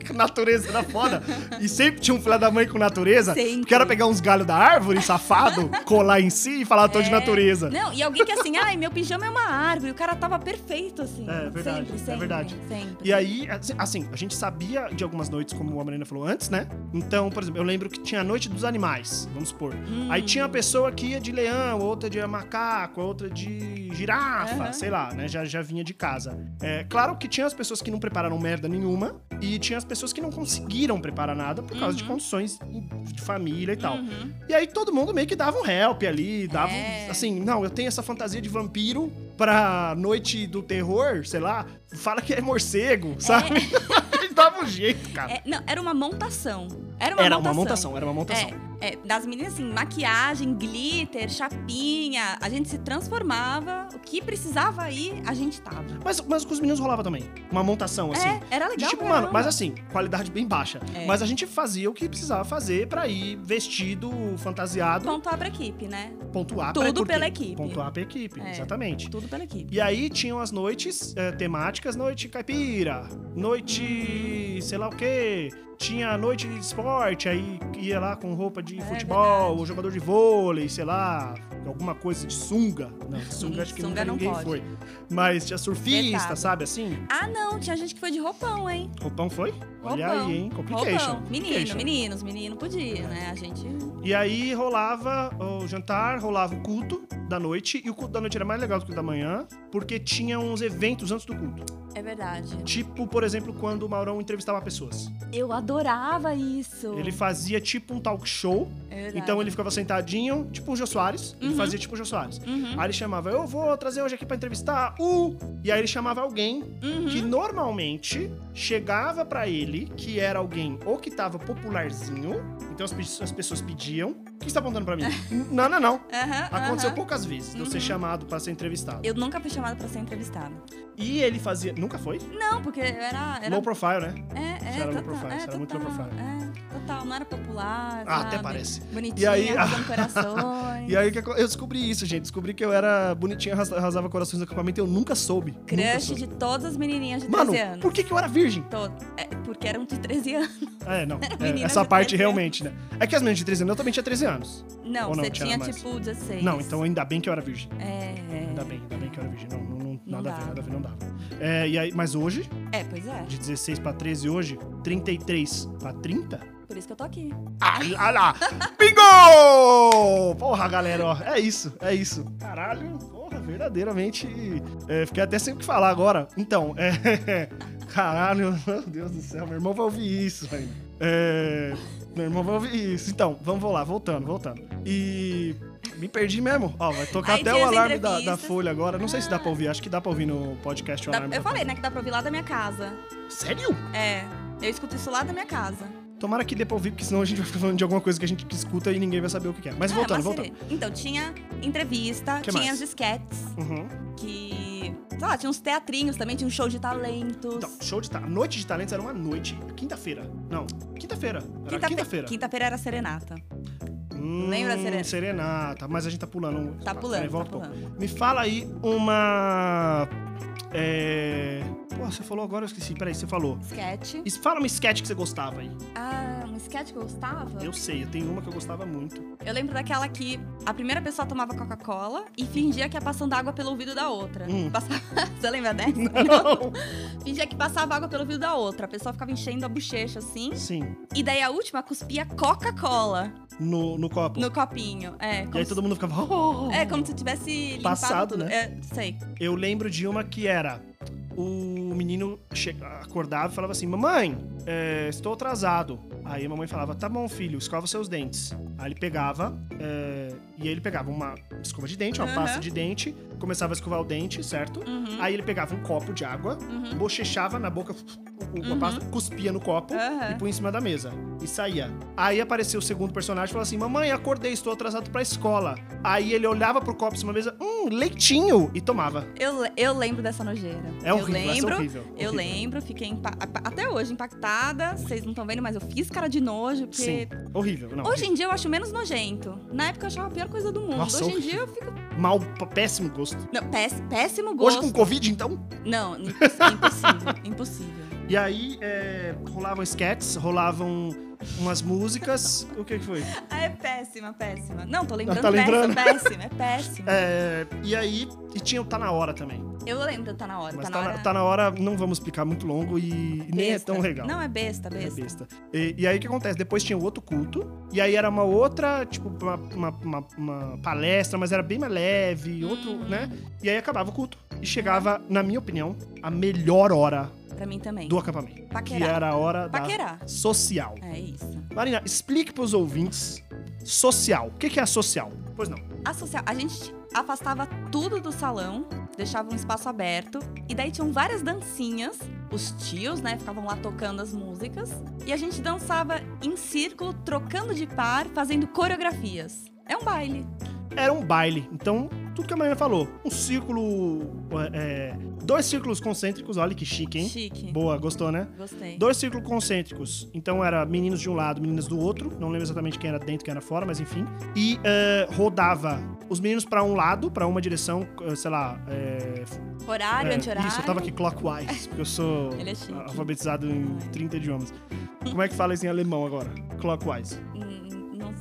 S1: Que natureza era foda. E sempre tinha um filho da mãe com natureza.
S2: Sempre.
S1: Que era pegar uns galhos da árvore, safado, colar em si e falar, tô de
S2: É.
S1: natureza.
S2: Não, e alguém que assim, ai, meu pijama é uma árvore, o cara tava perfeito assim.
S1: É, é verdade,
S2: Sempre,
S1: é
S2: sempre,
S1: verdade.
S2: Sempre.
S1: E aí, assim- assim, a gente sabia de algumas noites, como a Marina falou antes, né? Então, por exemplo, eu lembro que tinha a noite dos animais, vamos supor.
S2: Hum.
S1: Aí tinha uma pessoa que ia de leão, outra de macaco, outra de girafa,
S2: Aham.
S1: sei lá, né? Já, já vinha de casa. É, claro que tinha as pessoas que não prepararam merda nenhuma e tinha as pessoas que não conseguiram preparar nada por causa de
S2: Uhum.
S1: condições de família e tal.
S2: Uhum.
S1: E aí todo mundo meio que dava um help ali, dava um-
S2: É.
S1: assim, não, eu tenho essa fantasia de vampiro pra noite do terror, sei lá, fala que é morcego, sabe? Eles davam um jeito, cara.
S2: É, não, era uma montação. Era uma
S1: era
S2: montação.
S1: uma montação, era uma montação.
S2: É, é, das meninas assim, maquiagem, glitter, chapinha, a gente se transformava, o que precisava ir, a gente tava.
S1: Mas, mas com os meninos rolava também. Uma montação, assim.
S2: é, era
S1: De
S2: legal.
S1: tipo,
S2: pra
S1: mano,
S2: caramba.
S1: mas assim, qualidade bem baixa.
S2: É.
S1: Mas a gente fazia o que precisava fazer pra ir vestido, fantasiado,
S2: Pontuar pra equipe, né?
S1: pontuar pra
S2: Tudo
S1: porque-
S2: pela equipe.
S1: Pontuar pra equipe,
S2: É.
S1: exatamente.
S2: Tudo pela equipe.
S1: E aí tinham as noites eh, temáticas, noite caipira, noite sei lá o quê. Tinha a noite de esporte, aí ia lá com roupa de
S2: É,
S1: futebol,
S2: verdade.
S1: ou jogador de vôlei, sei lá, alguma coisa de sunga. Não, de sunga acho que nunca
S2: sunga não
S1: ninguém
S2: pode.
S1: foi. Mas tinha surfista,
S2: Vetado.
S1: sabe assim?
S2: Ah, não, tinha gente que foi de roupão, hein?
S1: Roupão foi? Olha
S2: Roupão.
S1: aí, hein? Complication.
S2: Roupão. Menino,
S1: complication.
S2: meninos, menino podia, né? A gente.
S1: E aí rolava o jantar, rolava o culto da noite, e o culto da noite era mais legal do que o da manhã, porque tinha uns eventos antes do culto.
S2: É verdade.
S1: Tipo, por exemplo, quando o Maurão entrevistava pessoas.
S2: Eu adorava isso.
S1: Ele fazia tipo um talk show.
S2: É verdade.
S1: Então ele ficava sentadinho, tipo o Jô Soares. Ele
S2: Uhum.
S1: fazia tipo o Jô Soares.
S2: Uhum,
S1: Aí ele chamava, eu vou trazer hoje aqui pra entrevistar o. E aí ele chamava alguém
S2: uhum.
S1: que normalmente chegava pra ele, que era alguém ou que tava popularzinho. Então as, pe- as pessoas pediam. O que você tá apontando pra mim? não, não, não.
S2: Aham,
S1: Aconteceu
S2: aham. Uhum.
S1: poucas vezes de eu ser chamado pra ser entrevistado.
S2: Eu nunca fui chamada pra ser entrevistada.
S1: E ele fazia. Nunca foi?
S2: Não, porque eu era. era...
S1: Low profile, né?
S2: É, é,
S1: Isso era low
S2: total,
S1: profile,
S2: é,
S1: isso era muito low
S2: total,
S1: profile.
S2: É, total, não era popular.
S1: Ah, até
S2: sabe?
S1: parece.
S2: Bonitinha,
S1: E aí- ah,
S2: arrasando corações.
S1: E aí que acon- eu descobri isso, gente. Descobri que eu era bonitinha, arras- arrasava corações no acampamento e eu nunca soube. Nunca
S2: Crush
S1: soube.
S2: de todas as menininhas de 13
S1: Mano,
S2: anos.
S1: por que, que eu era virgem?
S2: Todas. É, porque eram de 13 anos.
S1: É, não. é,
S2: menina
S1: essa
S2: de
S1: parte
S2: 13
S1: realmente, né? É que as meninas de 13 anos eu também tinha 13 anos.
S2: Não,
S1: Ou não,
S2: você
S1: tinha
S2: tinha
S1: mais.
S2: tipo 16.
S1: Não, então ainda bem que eu era virgem.
S2: É,
S1: Ainda bem, ainda bem que eu era virgem. Não, não, não-
S2: Não
S1: nada a
S2: dá.
S1: ver, nada a ver, não dava. É, e aí, mas hoje,
S2: é, pois é.
S1: de 16 pra 13 hoje, 33 pra 30?
S2: Por isso que eu tô aqui.
S1: Ah, lá, lá. Bingo! Porra, galera, ó. É isso, é isso. Caralho, porra, verdadeiramente. é, fiquei até sem o que falar agora. Então, é. Caralho, meu Deus do céu, meu irmão vai ouvir isso ainda. É. Meu irmão vai ouvir isso. Então, vamos lá, voltando, voltando. E. Me perdi mesmo. Ó, vai tocar
S2: Aí
S1: até o
S2: tinha as
S1: alarme da, da
S2: entrevistas.
S1: Folha agora. Não sei se dá pra ouvir, acho que dá pra ouvir no podcast o
S2: Dá-
S1: alarme.
S2: eu
S1: da
S2: falei, né, que dá pra ouvir lá da minha casa.
S1: Folha. Sério?
S2: É, eu escuto isso lá da minha casa.
S1: Tomara que dê pra ouvir, porque senão a gente vai ficar falando de alguma coisa que a gente escuta e ninguém vai saber o que que é. Mas
S2: Ah,
S1: voltando,
S2: mas
S1: voltando.
S2: seria- Então, tinha entrevista,
S1: Que
S2: tinha
S1: mais?
S2: os esquetes,
S1: Uhum.
S2: que. Sei lá, tinha uns teatrinhos também, tinha um show de talentos.
S1: Então, show de talento. Noite de talentos era uma noite. Quinta-feira. Não, quinta-feira. Era
S2: Quinta-fe-
S1: quinta-feira.
S2: Quinta-feira era serenata.
S1: Hum,
S2: Lembra, Serena?
S1: Serenata. Mas a gente tá pulando.
S2: Tá pulando,
S1: Peraí, volta
S2: tá
S1: um pouco.
S2: pulando.
S1: Me fala aí uma. É. Pô, você falou agora, eu esqueci. Peraí, você falou.
S2: Sketch.
S1: Es- Fala uma sketch que você gostava aí.
S2: Ah, um sketch que eu gostava?
S1: Eu
S2: Eu...
S1: sei, eu tenho uma que eu gostava muito.
S2: lembro daquela que a primeira pessoa tomava Coca-Cola e fingia que ia passando água pelo ouvido da outra.
S1: Hum.
S2: Passava- Você lembra dessa?
S1: Não.
S2: Fingia que passava água pelo ouvido da outra. A pessoa ficava enchendo a bochecha assim.
S1: Sim.
S2: E daí a última cuspia Coca-Cola
S1: No, no copo.
S2: no copinho.
S1: E
S2: É,
S1: aí
S2: como
S1: todo mundo ficava. "Oh".
S2: É, como se tivesse limpado
S1: Passado,
S2: tudo.
S1: né?
S2: É, sei.
S1: Eu lembro de uma que era. O menino che- acordava e falava assim: Mamãe, é, estou atrasado. Aí a mamãe falava: Tá bom, filho, escova seus dentes. Aí ele pegava, é, e ele pegava uma escova de dente, uma
S2: Aham.
S1: pasta de dente, começava a escovar o dente, certo?
S2: Uhum,
S1: Aí ele pegava um copo de água,
S2: uhum.
S1: bochechava na boca o o- a pasta, cuspia no copo
S2: Aham.
S1: e punha em cima da mesa. E saía. Aí apareceu o segundo personagem e falou assim: Mamãe, acordei, estou atrasado pra escola. Aí ele olhava pro copo em cima da mesa, hum, leitinho! E tomava.
S2: Eu, le- eu lembro dessa nojeira.
S1: É horrível,
S2: eu
S1: essa é
S2: lembro,
S1: horrível,
S2: Eu
S1: horrível.
S2: lembro, fiquei impa- apa- até hoje impactada. Vocês não estão vendo, mas eu fiz cara de nojo, porque.
S1: Sim. Horrível, não.
S2: Hoje em dia eu acho menos nojento. Na época eu achava a pior coisa do mundo.
S1: Nossa,
S2: hoje em dia eu fico.
S1: Mal, p- péssimo gosto.
S2: Não, péss- péssimo gosto.
S1: Hoje com Covid, então.
S2: Não, imposs- impossível. impossível.
S1: E aí, é, rolavam sketches, rolavam umas músicas. o que que foi?
S2: Ah, é péssima, péssima. Não, tô lembrando,
S1: Tá lembrando?
S2: péssima, péssima, é péssima.
S1: É, e aí, e tinha o Tá Na Hora também.
S2: Eu lembro, tá na hora,
S1: Mas
S2: tá na hora.
S1: tá na hora, não vamos explicar muito longo e nem é
S2: besta.
S1: tão legal.
S2: Não, é besta,
S1: É
S2: besta.
S1: besta. E, e aí o que acontece? Depois tinha o outro culto, e aí era uma outra, tipo, uma, uma- uma- uma palestra, mas era bem mais leve, outro,
S2: Hum.
S1: né? E aí acabava o culto. E chegava, na minha opinião, a melhor hora
S2: Pra mim também.
S1: do acampamento. Que
S2: Paquerar.
S1: era a hora
S2: Paquerar.
S1: da social.
S2: É isso.
S1: Marina, explique pros ouvintes social. O que, que é a social? Pois não.
S2: A, social, a gente afastava tudo do salão, deixava um espaço aberto, e daí tinham várias dancinhas. Os tios, né, ficavam lá tocando as músicas. E a gente dançava em círculo, trocando de par, fazendo coreografias. É um baile.
S1: Era um baile. Então, tudo que a Marina falou. Um círculo. é, é, dois círculos concêntricos, olha que chique, hein?
S2: Chique.
S1: Boa, gostou, né?
S2: Gostei.
S1: Dois círculos concêntricos. Então era meninos de um lado, meninas do outro. Não lembro exatamente quem era dentro, quem era fora, mas enfim. E eh, rodava os meninos pra um lado, pra uma direção, eh, sei lá. eh,
S2: Horário,
S1: é,
S2: anti-horário.
S1: Isso, eu tava aqui clockwise, porque eu sou
S2: Ele é chique.
S1: alfabetizado em 30 idiomas. Como é que fala isso em alemão agora? Clockwise.
S2: Hum, Não,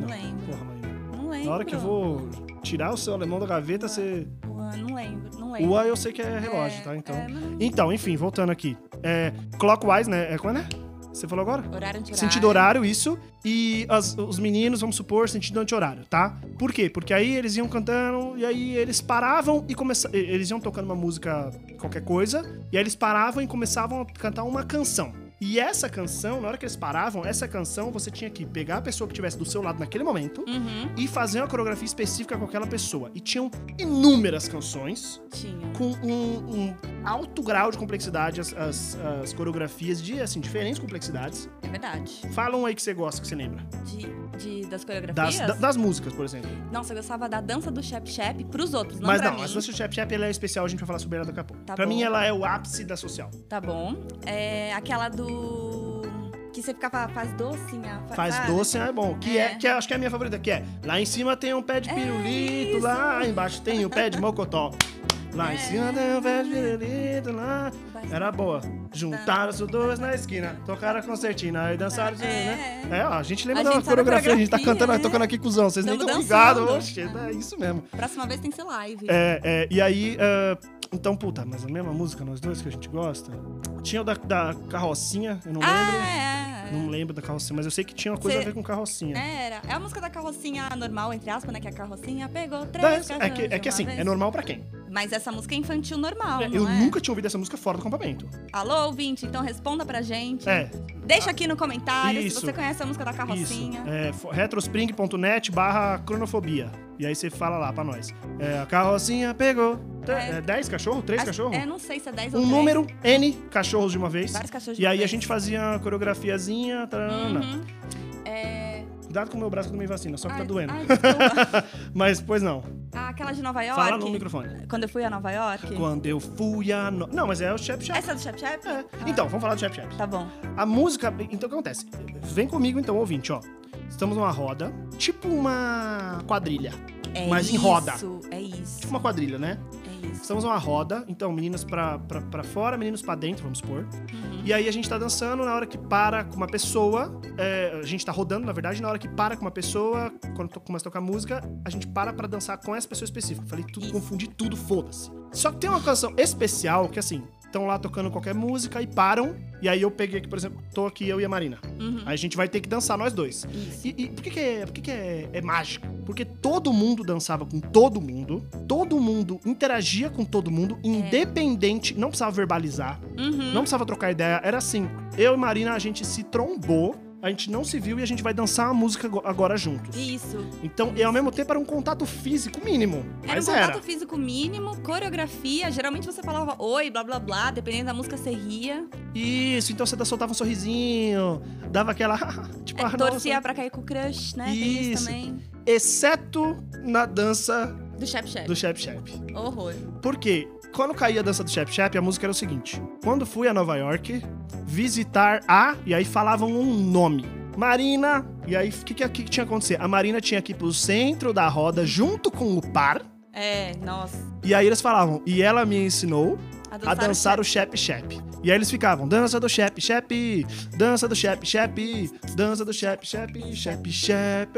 S2: não, lembro.
S1: Porra, Marina.
S2: Não lembro.
S1: Na hora que eu vou tirar o seu alemão da gaveta, você.
S2: Ua, Não lembro, não lembro.
S1: Ua eu sei que é relógio,
S2: É,
S1: tá? Então.
S2: é, mas-
S1: Então, enfim, voltando aqui. É, clockwise, né? É quando é? Você falou agora?
S2: Horário, anti-horário.
S1: Sentido horário, isso. E as- os meninos, vamos supor, sentido anti-horário, tá? Por quê? Porque aí eles iam cantando, e aí eles paravam e começavam. Eles iam tocando uma música, qualquer coisa, e aí eles paravam e começavam a cantar uma canção. E essa canção, na hora que eles paravam, essa canção você tinha que pegar a pessoa que estivesse do seu lado naquele momento
S2: Uhum,
S1: e fazer uma coreografia específica com aquela pessoa. E tinham inúmeras canções
S2: tinha.
S1: com um, um alto grau de complexidade, as, as- as coreografias de, assim, diferentes complexidades.
S2: É verdade.
S1: Fala um aí que você gosta, que você lembra.
S2: De, de- das
S1: Das,
S2: coreografias?
S1: da- das músicas, por exemplo.
S2: Nossa, eu gostava da dança do Chap Chap pros outros, não
S1: Mas
S2: pra
S1: não,
S2: mim.
S1: a Sunset Chap Chap ela é especial, a gente vai falar sobre ela daqui a pouco.
S2: Tá
S1: pra
S2: bom.
S1: mim, ela é o ápice da social.
S2: Tá bom. É aquela do. Que você ficava. Faz docinha. fa- ah,
S1: Faz
S2: sabe?
S1: doce, é bom. Que é.
S2: É.
S1: que é- acho que é a minha favorita, que é. Lá em cima tem um pé de
S2: É
S1: pirulito,
S2: isso.
S1: lá embaixo tem um pé de mocotó. Lá em
S2: É.
S1: cima tem um pé de pirulito, lá.
S2: Vai-
S1: Era boa. Juntaram os dois na esquina, tocaram a concertina e dançaram. né?
S2: É.
S1: É, ó, a gente lembra
S2: A
S1: da
S2: gente sabe a
S1: coreografia, a gente tá
S2: coreografia,
S1: cantando,
S2: é.
S1: tocando aqui cuzão, vocês nem
S2: Tamo
S1: estão ligados.
S2: dançando.
S1: Oxe, é isso mesmo.
S2: Próxima vez tem que ser live.
S1: É, é, e aí. ah, então, puta, mas a mesma música, nós dois que a gente gosta? Tinha o da, da carrocinha, eu não lembro.
S2: Ah, é.
S1: Não lembro da carrocinha, mas eu sei que tinha uma coisa a
S2: Cê-
S1: ver com carrocinha.
S2: Era. É a música da carrocinha normal, entre aspas, né? Que a carrocinha pegou três
S1: Mas é, que,
S2: cachorros
S1: é que
S2: de uma
S1: assim,
S2: vez.
S1: é normal pra quem?
S2: Mas essa música é infantil normal, não
S1: eu
S2: é?
S1: nunca tinha ouvido essa música fora do acampamento.
S2: Alô, ouvinte, então responda pra gente.
S1: É,
S2: Deixa aqui no comentário
S1: Isso.
S2: se você conhece a música da
S1: isso.
S2: carrocinha.
S1: É, fo- retrospring.net barra cronofobia. E aí você fala lá pra nós. É, a carrocinha pegou. te-
S2: É.
S1: É, 10 cachorros? 3
S2: Acho-
S1: cachorros?
S2: É, não sei se é 10 ou
S1: um
S2: 13.
S1: número N cachorros de uma vez.
S2: Vários cachorros de
S1: E
S2: uma
S1: aí a
S2: vez.
S1: gente fazia a coreografiazinha. Tarana.
S2: Uhum. É...
S1: Cuidado com o meu braço que não me vacina, só que tá
S2: ai,
S1: doendo.
S2: ai, desculpa.
S1: Mas, pois não.
S2: Ah, Aquela de Nova York.
S1: Fala no microfone.
S2: Quando eu fui a Nova York.
S1: Quando eu fui a. No... Não, mas é o Chap Chap.
S2: Essa é do Chap Chap?
S1: É.
S2: Ah,
S1: Então, vamos falar do Chap Chap.
S2: Tá bom.
S1: A música. Então, o que acontece? Vem comigo, então, ouvinte, ó. Estamos numa roda, tipo uma quadrilha.
S2: É
S1: Mas
S2: isso,
S1: em roda.
S2: É isso.
S1: Tipo uma quadrilha, né?
S2: É isso.
S1: Estamos numa roda, então, meninas pra, pra, pra fora, meninos pra dentro, vamos supor.
S2: Uhum.
S1: E aí a gente tá dançando, na hora que para com uma pessoa, é, a gente tá rodando, na verdade, na hora que para com uma pessoa, quando to- começa a tocar música, a gente para pra dançar com essa pessoa específica. Falei tudo,
S2: Isso.
S1: confundi tudo, foda-se. Só que tem uma canção especial que assim, estão lá tocando qualquer música e param. E aí eu peguei aqui, por exemplo, tô aqui eu e a Marina.
S2: Uhum.
S1: Aí a gente vai ter que dançar nós dois.
S2: Isso.
S1: E, e por que, que, é, por que, que é, é mágico? Porque todo mundo dançava com todo mundo, todo mundo interagia com todo mundo,
S2: É.
S1: independente, não precisava verbalizar,
S2: Uhum.
S1: não precisava trocar ideia, era assim. Eu e Marina, a gente se trombou. a gente não se viu e a gente vai dançar uma música ago- agora juntos.
S2: Isso.
S1: Então, e ao mesmo tempo era um contato físico mínimo.
S2: Era um
S1: mas
S2: contato
S1: era.
S2: físico mínimo, coreografia. Geralmente você falava oi, blá blá blá, dependendo da música você ria.
S1: Isso, então você soltava um sorrisinho, dava aquela. tipo, ah,
S2: É, torcia
S1: nossa.
S2: pra cair com o crush, né? Tem
S1: Isso.
S2: isso também.
S1: Exceto na dança
S2: Do Chap Chap.
S1: do Shep Shep.
S2: Horror.
S1: Por quê? Quando caía a dança do Shep Shep, a música era o seguinte: Quando fui a Nova York, visitar a. E aí falavam um nome. Marina. E aí, o que, que, que tinha que acontecer? A Marina tinha que ir pro centro da roda junto com o par.
S2: É, nossa.
S1: E aí eles falavam, e ela me ensinou a
S2: o
S1: dançar o Shep Shep. E aí eles ficavam, dança do Shep Shep, dança do Shep Shep, dança do Shep Shep, Shep Shep.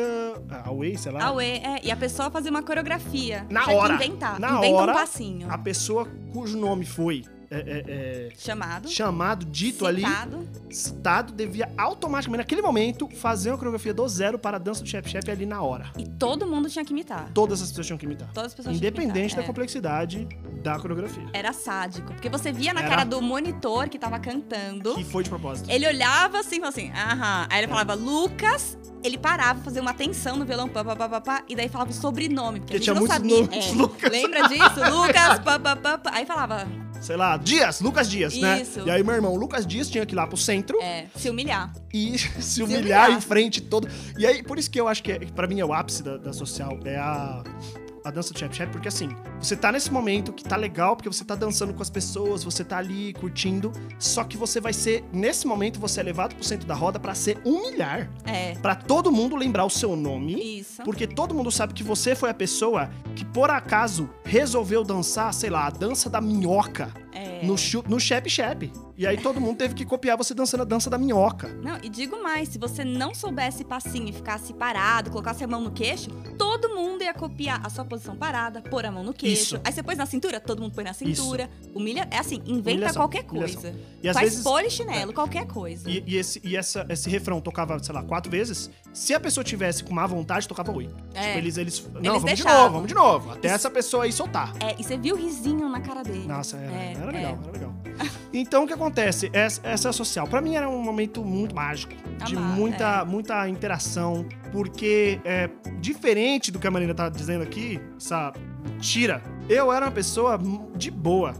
S1: Ah, Away, sei lá.
S2: Aue, é, e a pessoa fazia uma coreografia.
S1: Na
S2: Tinha que
S1: hora.
S2: inventar.
S1: Na
S2: Inventa
S1: hora.
S2: um passinho.
S1: A pessoa cujo nome foi é, é, é,
S2: Chamado.
S1: chamado, dito ali,
S2: citado.
S1: citado, devia automaticamente, naquele momento, fazer uma coreografia do zero para a dança do Shep Shep ali na hora.
S2: E todo mundo tinha que imitar.
S1: Todas as pessoas tinham que imitar.
S2: Todas as pessoas tinham que
S1: Independente
S2: imitar.
S1: da complexidade da coreografia.
S2: É. Era sádico. Porque você via na
S1: Era.
S2: cara do monitor que tava cantando.
S1: Que foi de propósito.
S2: Ele olhava assim, falava assim, aham. Aí ele falava, Lucas. Ele parava, fazia uma tensão no violão, pá, pá, pá, pá, pá, e daí falava o sobrenome, porque,
S1: Porque
S2: a gente
S1: tinha
S2: não
S1: muitos
S2: sabia.
S1: nomes,
S2: É.
S1: Lucas.
S2: Lembra disso? Lucas, pá, pá, pá, pá. Aí falava,
S1: sei lá, Dias, Lucas Dias, né?
S2: É. Isso.
S1: E aí meu irmão Lucas Dias tinha que ir lá pro centro
S2: é, se humilhar.
S1: e se humilhar,
S2: humilhar.
S1: em frente todo. E aí, por isso que eu acho que é, para mim é o ápice da, da social, é a a dança do Chap Chap, porque assim, você tá nesse momento que tá legal, porque você tá dançando com as pessoas, você tá ali curtindo, só que você vai ser, nesse momento, você é levado pro centro da roda pra ser humilhar,
S2: É,
S1: Pra todo mundo lembrar o seu nome.
S2: isso.
S1: Porque todo mundo sabe que você foi a pessoa que, por acaso, resolveu dançar, sei lá, a dança da minhoca
S2: É.
S1: no, chu- no Shep Shep. E aí todo mundo teve que copiar você dançando a dança da minhoca.
S2: Não, e digo mais, se você não soubesse passinho e ficasse parado, colocasse a mão no queixo, todo mundo ia copiar a sua posição parada, pôr a mão no queixo.
S1: Isso.
S2: Aí você pôs na cintura, todo mundo põe na cintura. Humilha, é assim, inventa
S1: Humilhação,
S2: qualquer
S1: humilhação.
S2: coisa.
S1: E às
S2: Faz
S1: vezes. é.
S2: polichinelo, qualquer coisa.
S1: E, e esse, e essa, esse refrão tocava, sei lá, quatro vezes. Se a pessoa tivesse com má vontade, tocava oito.
S2: É.
S1: Tipo, eles. eles não, vamos de
S2: deixavam.
S1: novo, vamos de novo. Até essa pessoa aí soltar.
S2: É, e você viu o risinho na cara dele.
S1: Nossa, era,
S2: É,
S1: era legal, era legal. Então o que acontece? Essa, essa é a social. Pra mim era um momento muito mágico, de
S2: Amar,
S1: muita, muita interação, porque é diferente do que a Marina tá dizendo aqui, essa tira. Eu era uma pessoa de boa.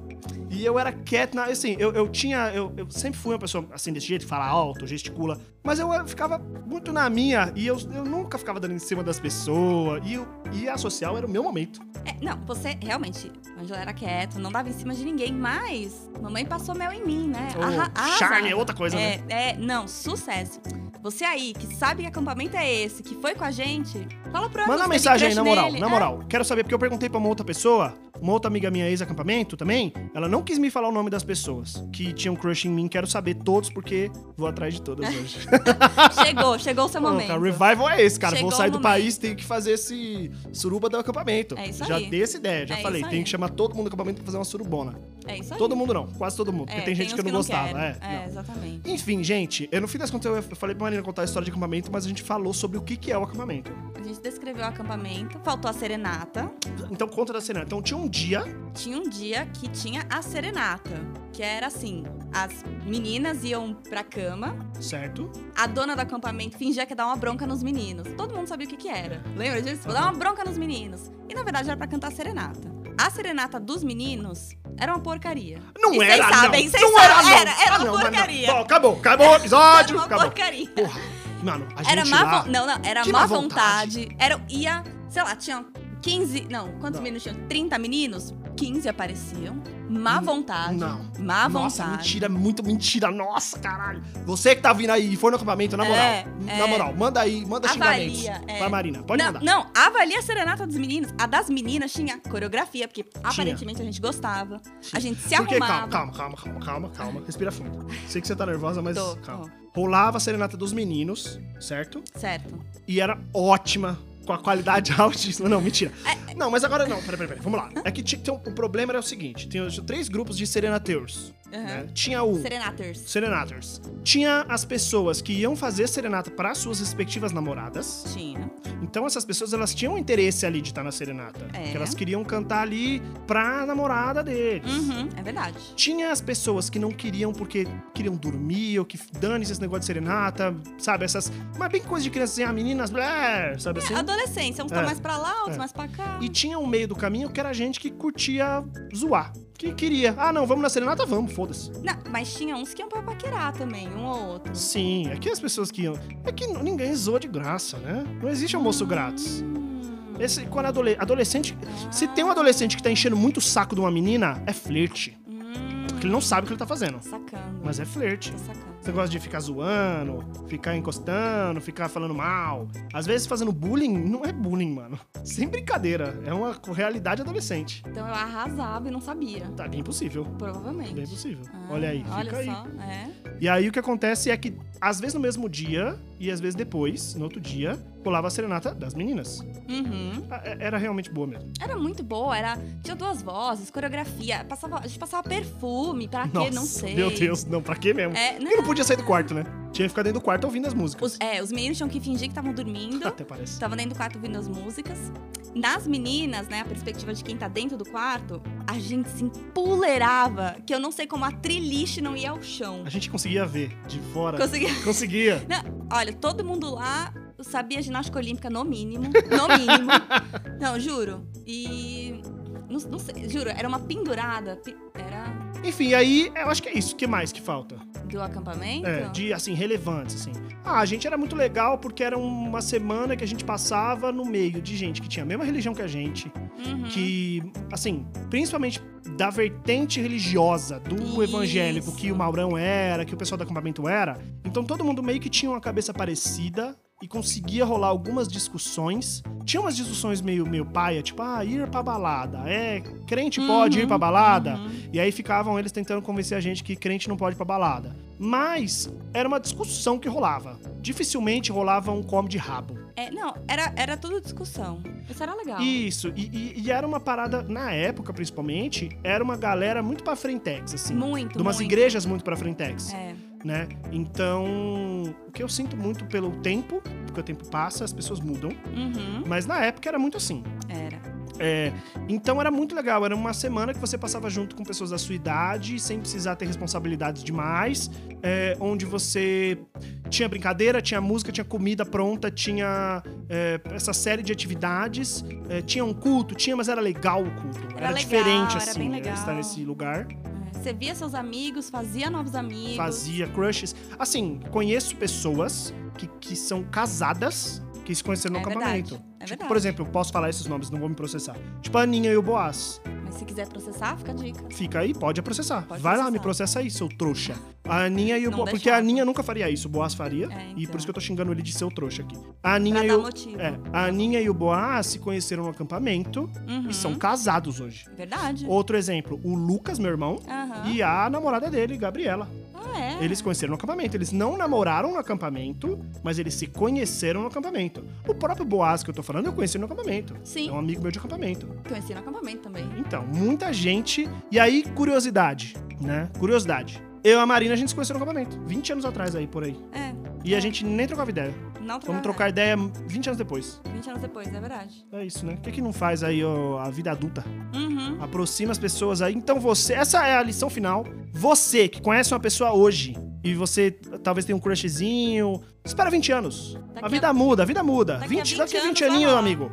S1: E eu era quieto, na- assim, eu, eu tinha, eu, eu sempre fui uma pessoa assim desse jeito, fala alto, gesticula, mas eu era- ficava muito na minha e eu, eu nunca ficava dando em cima das pessoas e, eu- e a social era o meu momento.
S2: É, não, você realmente, o Angela era quieto, não dava em cima de ninguém, mas mamãe passou mel em mim, né?
S1: O
S2: Arra- arrasa.
S1: charme é outra coisa, né?
S2: É, é, não, sucesso. Você aí, que sabe que acampamento é esse, que foi com a gente, fala pra
S1: Manda uma
S2: você teve
S1: mensagem aí,
S2: crush
S1: na moral,
S2: nele. Ah, né?
S1: na moral. Quero saber, porque eu perguntei pra uma outra pessoa, uma outra amiga minha ex-acampamento também, ela não quis me falar o nome das pessoas que tinham crush em mim. Quero saber todos, porque vou atrás de todas hoje.
S2: Ah, chegou, chegou o seu
S1: Não,
S2: momento.
S1: cara, revival é esse, cara.
S2: Chegou
S1: vou sair
S2: o
S1: do
S2: momento.
S1: país, tenho que fazer esse suruba do acampamento.
S2: É isso
S1: já
S2: aí.
S1: dei essa ideia, já
S2: É
S1: falei.
S2: isso
S1: Tenho
S2: aí.
S1: que chamar todo mundo do acampamento pra fazer uma surubona.
S2: É isso aí.
S1: Todo mundo não, quase todo mundo,
S2: É,
S1: porque tem gente
S2: uns
S1: que eu não gostava.
S2: quero.
S1: é, não.
S2: exatamente.
S1: Enfim, gente, eu, no fim das contas eu falei pra Marina contar a história de acampamento, mas a gente falou sobre o que, que é o acampamento.
S2: A gente descreveu o acampamento, faltou a serenata.
S1: Então, conta da cena. Então, tinha um dia
S2: Tinha um dia que tinha a serenata, que era assim, as meninas iam pra cama
S1: Certo?
S2: A dona do acampamento fingia que ia dar uma bronca nos meninos. Todo mundo sabia o que, que era. Lembra disso? Vou dar uma bronca nos meninos. E na verdade era pra cantar serenata. A serenata dos meninos era uma porcaria.
S1: Não
S2: E
S1: era,
S2: vocês sabem,
S1: não.
S2: vocês
S1: não
S2: sabem.
S1: era, não.
S2: Era, era
S1: Ah,
S2: uma
S1: não, mas não.
S2: porcaria.
S1: Bom, acabou, acabou o
S2: Era
S1: episódio,
S2: uma
S1: acabou.
S2: porcaria.
S1: Porra, mano, a gente
S2: Era má
S1: lá...
S2: vontade. Não, não, era
S1: Que
S2: má
S1: má
S2: vontade. Era, ia, sei lá, tinha 15. Não, quantos
S1: Não.
S2: meninos tinham? 30 meninos? 15 apareciam. Má vontade.
S1: Hum, Não.
S2: Má
S1: Nossa,
S2: vontade.
S1: mentira, muito mentira. Nossa, caralho. Você que tá vindo aí e for no acampamento, na moral.
S2: É,
S1: Na
S2: é.
S1: moral, manda aí, manda
S2: Avalia,
S1: xingamentos.
S2: é.
S1: Vai, Marina, pode
S2: não,
S1: mandar.
S2: não, avalia a serenata dos meninos. A das meninas tinha coreografia, porque aparentemente a gente gostava. A gente se
S1: Porque,
S2: arrumava.
S1: calma, calma, calma, calma, calma, calma. Respira fundo. Sei que você tá nervosa, mas
S2: Tô,
S1: calma. Rolava a serenata dos meninos, certo?
S2: Certo.
S1: e era ótima, com a qualidade altíssima. Não, mentira.
S2: é.
S1: É um, Não, mas agora não, peraí, peraí, peraí, vamos lá. É que tinha, então, o problema era o seguinte: tinha tinha três grupos de serenateurs. né? Tinha o
S2: Serenators.
S1: serenators. Tinha as pessoas que iam fazer serenata para suas respectivas namoradas.
S2: Tinha.
S1: Então essas pessoas elas tinham interesse ali de estar na serenata,
S2: É.
S1: porque elas queriam cantar ali pra namorada deles.
S2: Uhum, é verdade.
S1: Tinha as pessoas que não queriam porque queriam dormir, ou que dane-se esse negócio de serenata, sabe? Essas. Mas bem coisa de criança assim, ah, meninas, blé, sabe assim?
S2: Adolescência, uns estão
S1: É.
S2: mais pra lá, outros
S1: É.
S2: mais pra cá.
S1: E tinha um meio do caminho que era gente que curtia zoar. Que queria. Ah, não, vamos na serenata? Vamos, foda-se.
S2: Não, mas tinha uns que iam pra paquerar também, um ou outro.
S1: Sim, é que as pessoas que iam. É que n- ninguém zoa de graça, né? Não existe almoço grátis.
S2: Hum.
S1: Esse, quando é adole- adolescente. Se tem um adolescente que tá enchendo muito o saco de uma menina, é flerte.
S2: Hum.
S1: Porque ele não sabe o que ele tá fazendo.
S2: Sacando.
S1: Mas é flerte.
S2: Tô sacando.
S1: Esse negócio de ficar zoando, ficar encostando, ficar falando mal. Às vezes fazendo bullying não é bullying, mano. Sem brincadeira. É uma realidade adolescente.
S2: Então eu arrasava e não sabia.
S1: Tá bem possível.
S2: Provavelmente.
S1: Bem possível.
S2: Ah,
S1: olha aí, fica
S2: olha
S1: aí.
S2: só, é.
S1: E aí o que acontece é que, às vezes no mesmo dia, e às vezes depois, no outro dia, rolava a serenata das meninas.
S2: Uhum.
S1: A- é- Era realmente boa mesmo.
S2: Era muito boa, era... tinha duas vozes, coreografia, passava... a gente passava perfume, pra quê? Não sei.
S1: Meu Deus, não, pra quê mesmo?
S2: É,
S1: Porque
S2: não,
S1: não podia sair do quarto, né? Tinha que ficar dentro do quarto ouvindo as músicas.
S2: os, é, os meninos tinham que fingir que estavam dormindo.
S1: Até parece.
S2: Tava dentro do quarto ouvindo as músicas. Nas meninas, né, a perspectiva de quem tá dentro do quarto, a gente se empoleirava, que eu não sei como a triliche não ia ao chão.
S1: A gente conseguia ver de fora.
S2: Conseguia.
S1: Conseguia.
S2: Olha, todo mundo lá sabia ginástica olímpica no mínimo, no mínimo. não, juro. E não, não sei, juro, era uma pendurada, pe- era
S1: Enfim, aí eu acho que é isso. O que mais que falta?
S2: do acampamento.
S1: É, de assim, relevantes, assim. Ah, a gente era muito legal porque era uma semana que a gente passava no meio de gente que tinha a mesma religião que a gente,
S2: Uhum.
S1: que, assim, principalmente da vertente religiosa do
S2: Isso.
S1: evangélico que o Maurão era, que o pessoal do acampamento era. Então todo mundo meio que tinha uma cabeça parecida e conseguia rolar algumas discussões. Tinha umas discussões meio, meio paia, tipo, ah, ir pra balada. É, crente pode
S2: Uhum,
S1: ir pra balada?
S2: uhum.
S1: E aí ficavam eles tentando convencer a gente que crente não pode ir pra balada. Mas era uma discussão que rolava. Dificilmente rolava um come de rabo.
S2: É, não, era, era tudo discussão. Isso era legal.
S1: Isso, e, e- e era uma parada, na época principalmente, era uma galera muito pra frentex, assim.
S2: Muito,
S1: de umas
S2: muito.
S1: igrejas muito pra frentex,
S2: É.
S1: né? Então, o que eu sinto muito pelo tempo, porque o tempo passa, as pessoas mudam.
S2: Uhum.
S1: Mas na época era muito assim.
S2: Era.
S1: É, então era muito legal, era uma semana que você passava junto com pessoas da sua idade, sem precisar ter responsabilidades demais, é, onde você tinha brincadeira, tinha música, tinha comida pronta, tinha é, essa série de atividades, é, tinha um culto, tinha, mas era legal o culto.
S2: Era legal,
S1: diferente,
S2: era
S1: assim,
S2: bem legal.
S1: estar nesse lugar.
S2: É, Você via seus amigos, fazia novos amigos.
S1: Fazia crushes. Assim, conheço pessoas que, que são casadas que se conheceram no
S2: É
S1: acampamento.
S2: verdade, é
S1: Tipo,
S2: verdade.
S1: por exemplo, eu posso falar esses nomes, não vou me processar. Tipo a Aninha e o Boaz.
S2: Mas se quiser processar, fica a dica.
S1: Fica aí, pode processar.
S2: Pode
S1: Vai lá,
S2: processar.
S1: me processa aí, seu trouxa. A Aninha e o
S2: Não
S1: Boas. Porque
S2: deixava.
S1: a Aninha nunca faria isso, o Boas faria.
S2: É,
S1: E
S2: então.
S1: por isso que eu tô xingando ele de seu trouxa aqui. A Aninha,
S2: Pra
S1: e
S2: dar
S1: o...
S2: motivo.
S1: é, a Aninha e o Boas se conheceram no acampamento
S2: Uhum.
S1: e são casados hoje.
S2: Verdade.
S1: Outro exemplo, o Lucas, meu irmão,
S2: Aham.
S1: e a namorada dele, Gabriela.
S2: Ah, é.
S1: Eles se conheceram no acampamento. Eles não namoraram no acampamento, mas eles se conheceram no acampamento. O próprio Boas que eu tô falando, eu conheci no acampamento.
S2: Sim.
S1: É um amigo meu de acampamento.
S2: Conheci no acampamento também.
S1: Então, muita gente. E aí, curiosidade, né? Curiosidade. Eu e a Marina, a gente se conheceu no acampamento. 20 anos atrás aí, por aí.
S2: É.
S1: E a
S2: É.
S1: gente nem trocava ideia.
S2: Não
S1: Vamos trocar ideia 20 anos depois.
S2: 20 anos depois, é verdade.
S1: É isso, né? O que, que não faz aí ó, a vida adulta?
S2: Uhum.
S1: Aproxima as pessoas aí. Então você... Essa é a lição final. Você que conhece uma pessoa hoje e você talvez tenha um crushzinho... Espera 20 anos.
S2: Daqui
S1: A vida muda, a vida muda.
S2: daqui a
S1: 20,
S2: 20
S1: daqui a 20
S2: anos vai
S1: aninhos,
S2: rolar.
S1: amigo.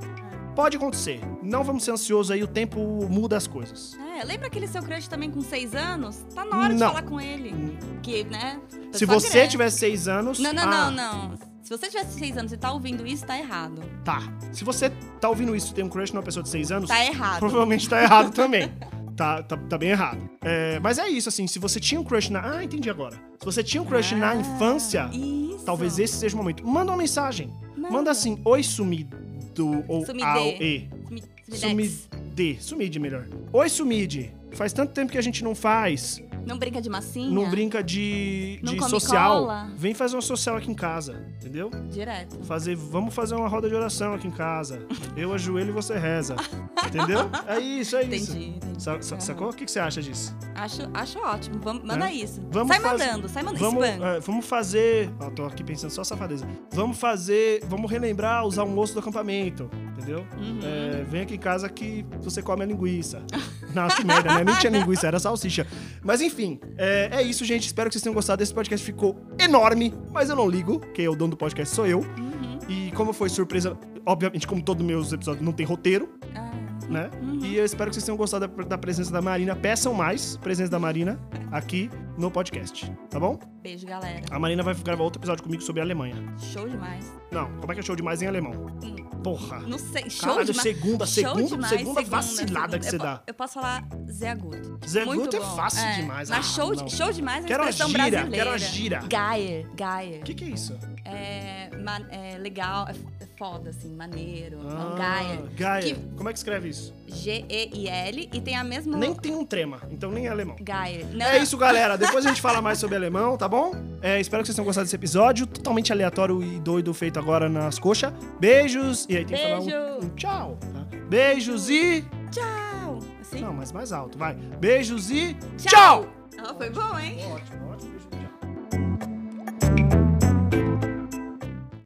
S1: Pode acontecer. Não vamos ser ansiosos aí. O tempo muda as coisas.
S2: É, lembra aquele seu crush também com 6 anos? Tá na hora de
S1: Não.
S2: falar com ele. Que, né? pessoa
S1: Se você
S2: grande.
S1: tiver seis anos.
S2: Não, não,
S1: ah,
S2: não, não. Se você tivesse 6 anos e tá ouvindo isso, tá errado.
S1: Tá. Se você tá ouvindo isso e tem um crush numa pessoa de seis anos,
S2: Tá errado.
S1: provavelmente tá errado também. Tá, tá, tá bem errado. É, mas é isso, assim, se você tinha um crush na. Ah, entendi agora. Se você tinha um crush na
S2: Ah,
S1: infância,
S2: Isso.
S1: talvez esse seja o momento. Manda uma mensagem.
S2: Manda.
S1: Manda assim, oi sumido ou
S2: Sumide.
S1: ao e.
S2: Sumi- Sumidex.
S1: Sumide. Sumide melhor. Oi, Sumide. Faz tanto tempo que a gente não faz.
S2: Não brinca de massinha?
S1: Não brinca de,
S2: Não
S1: de
S2: come
S1: social.
S2: cola.
S1: Vem fazer uma social aqui em casa, entendeu?
S2: Direto.
S1: Fazer, vamos fazer uma roda de oração aqui em casa. Eu ajoelho e você reza. Entendeu? É isso, é isso.
S2: Entendi. entendi.
S1: Sa- sa- Sacou? O que que você acha disso?
S2: Acho, acho ótimo. Vamos, manda
S1: É.
S2: isso.
S1: Vamos
S2: sai
S1: faz-
S2: mandando, sai mandando.
S1: Vamos,
S2: Spam.
S1: é, vamos fazer. Ó, tô aqui pensando só safadeza. Vamos fazer. Vamos relembrar os almoços do acampamento. Entendeu?
S2: Uhum.
S1: É, vem aqui em casa que você come a linguiça. Nossa, que merda, né? Nem tinha linguiça, era salsicha. Mas enfim, é, é isso, gente. Espero que vocês tenham gostado. Esse podcast ficou enorme, mas eu não ligo, que o dono do podcast sou eu.
S2: Uhum.
S1: E como foi surpresa, obviamente, como todos os meus episódios, não tem roteiro,
S2: Ah,
S1: né? E eu espero que vocês tenham gostado da, da presença da Marina. Peçam mais presença da Marina aqui no podcast, tá bom?
S2: beijo, galera.
S1: A Marina vai gravar outro episódio comigo sobre a Alemanha.
S2: Show demais.
S1: Não, como é que é show demais em alemão? Porra.
S2: Hum. Não sei. Show
S1: Caralho,
S2: demais.
S1: segunda,
S2: Show
S1: segunda,
S2: demais,
S1: segunda vacilada que
S2: Eu
S1: você
S2: po-
S1: dá.
S2: Eu posso falar Zé Agudo.
S1: Zé
S2: Muito
S1: Guto é
S2: bom.
S1: fácil demais.
S2: Mas
S1: Ah,
S2: show,
S1: não.
S2: de- show demais é
S1: Quero a
S2: expressão
S1: gíria,
S2: brasileira.
S1: quero a gíria.
S2: Gaier, Gaier.
S1: O que, que é isso?
S2: É, ma- é legal, é f- é foda, assim, maneiro. É um
S1: Gaia.
S2: Gaier.
S1: Ah, Gaia.
S2: Que-
S1: Como é que escreve isso?
S2: G-E-I-L. E tem a mesma...
S1: Nem tem um trema, então nem é alemão.
S2: Gaier. Não,
S1: É isso, galera. Depois a gente fala mais sobre alemão, tá bom? É, espero que vocês tenham gostado desse episódio, totalmente aleatório e doido feito agora nas coxas. Beijos. E aí tem que falar um,
S2: Beijo.
S1: um tchau. tá? Beijos e.
S2: Tchau. Assim?
S1: Não, mas mais alto, vai. Beijos e. tchau!
S2: Ah, foi bom, hein?
S1: Ótimo, ótimo. Beijo, tchau.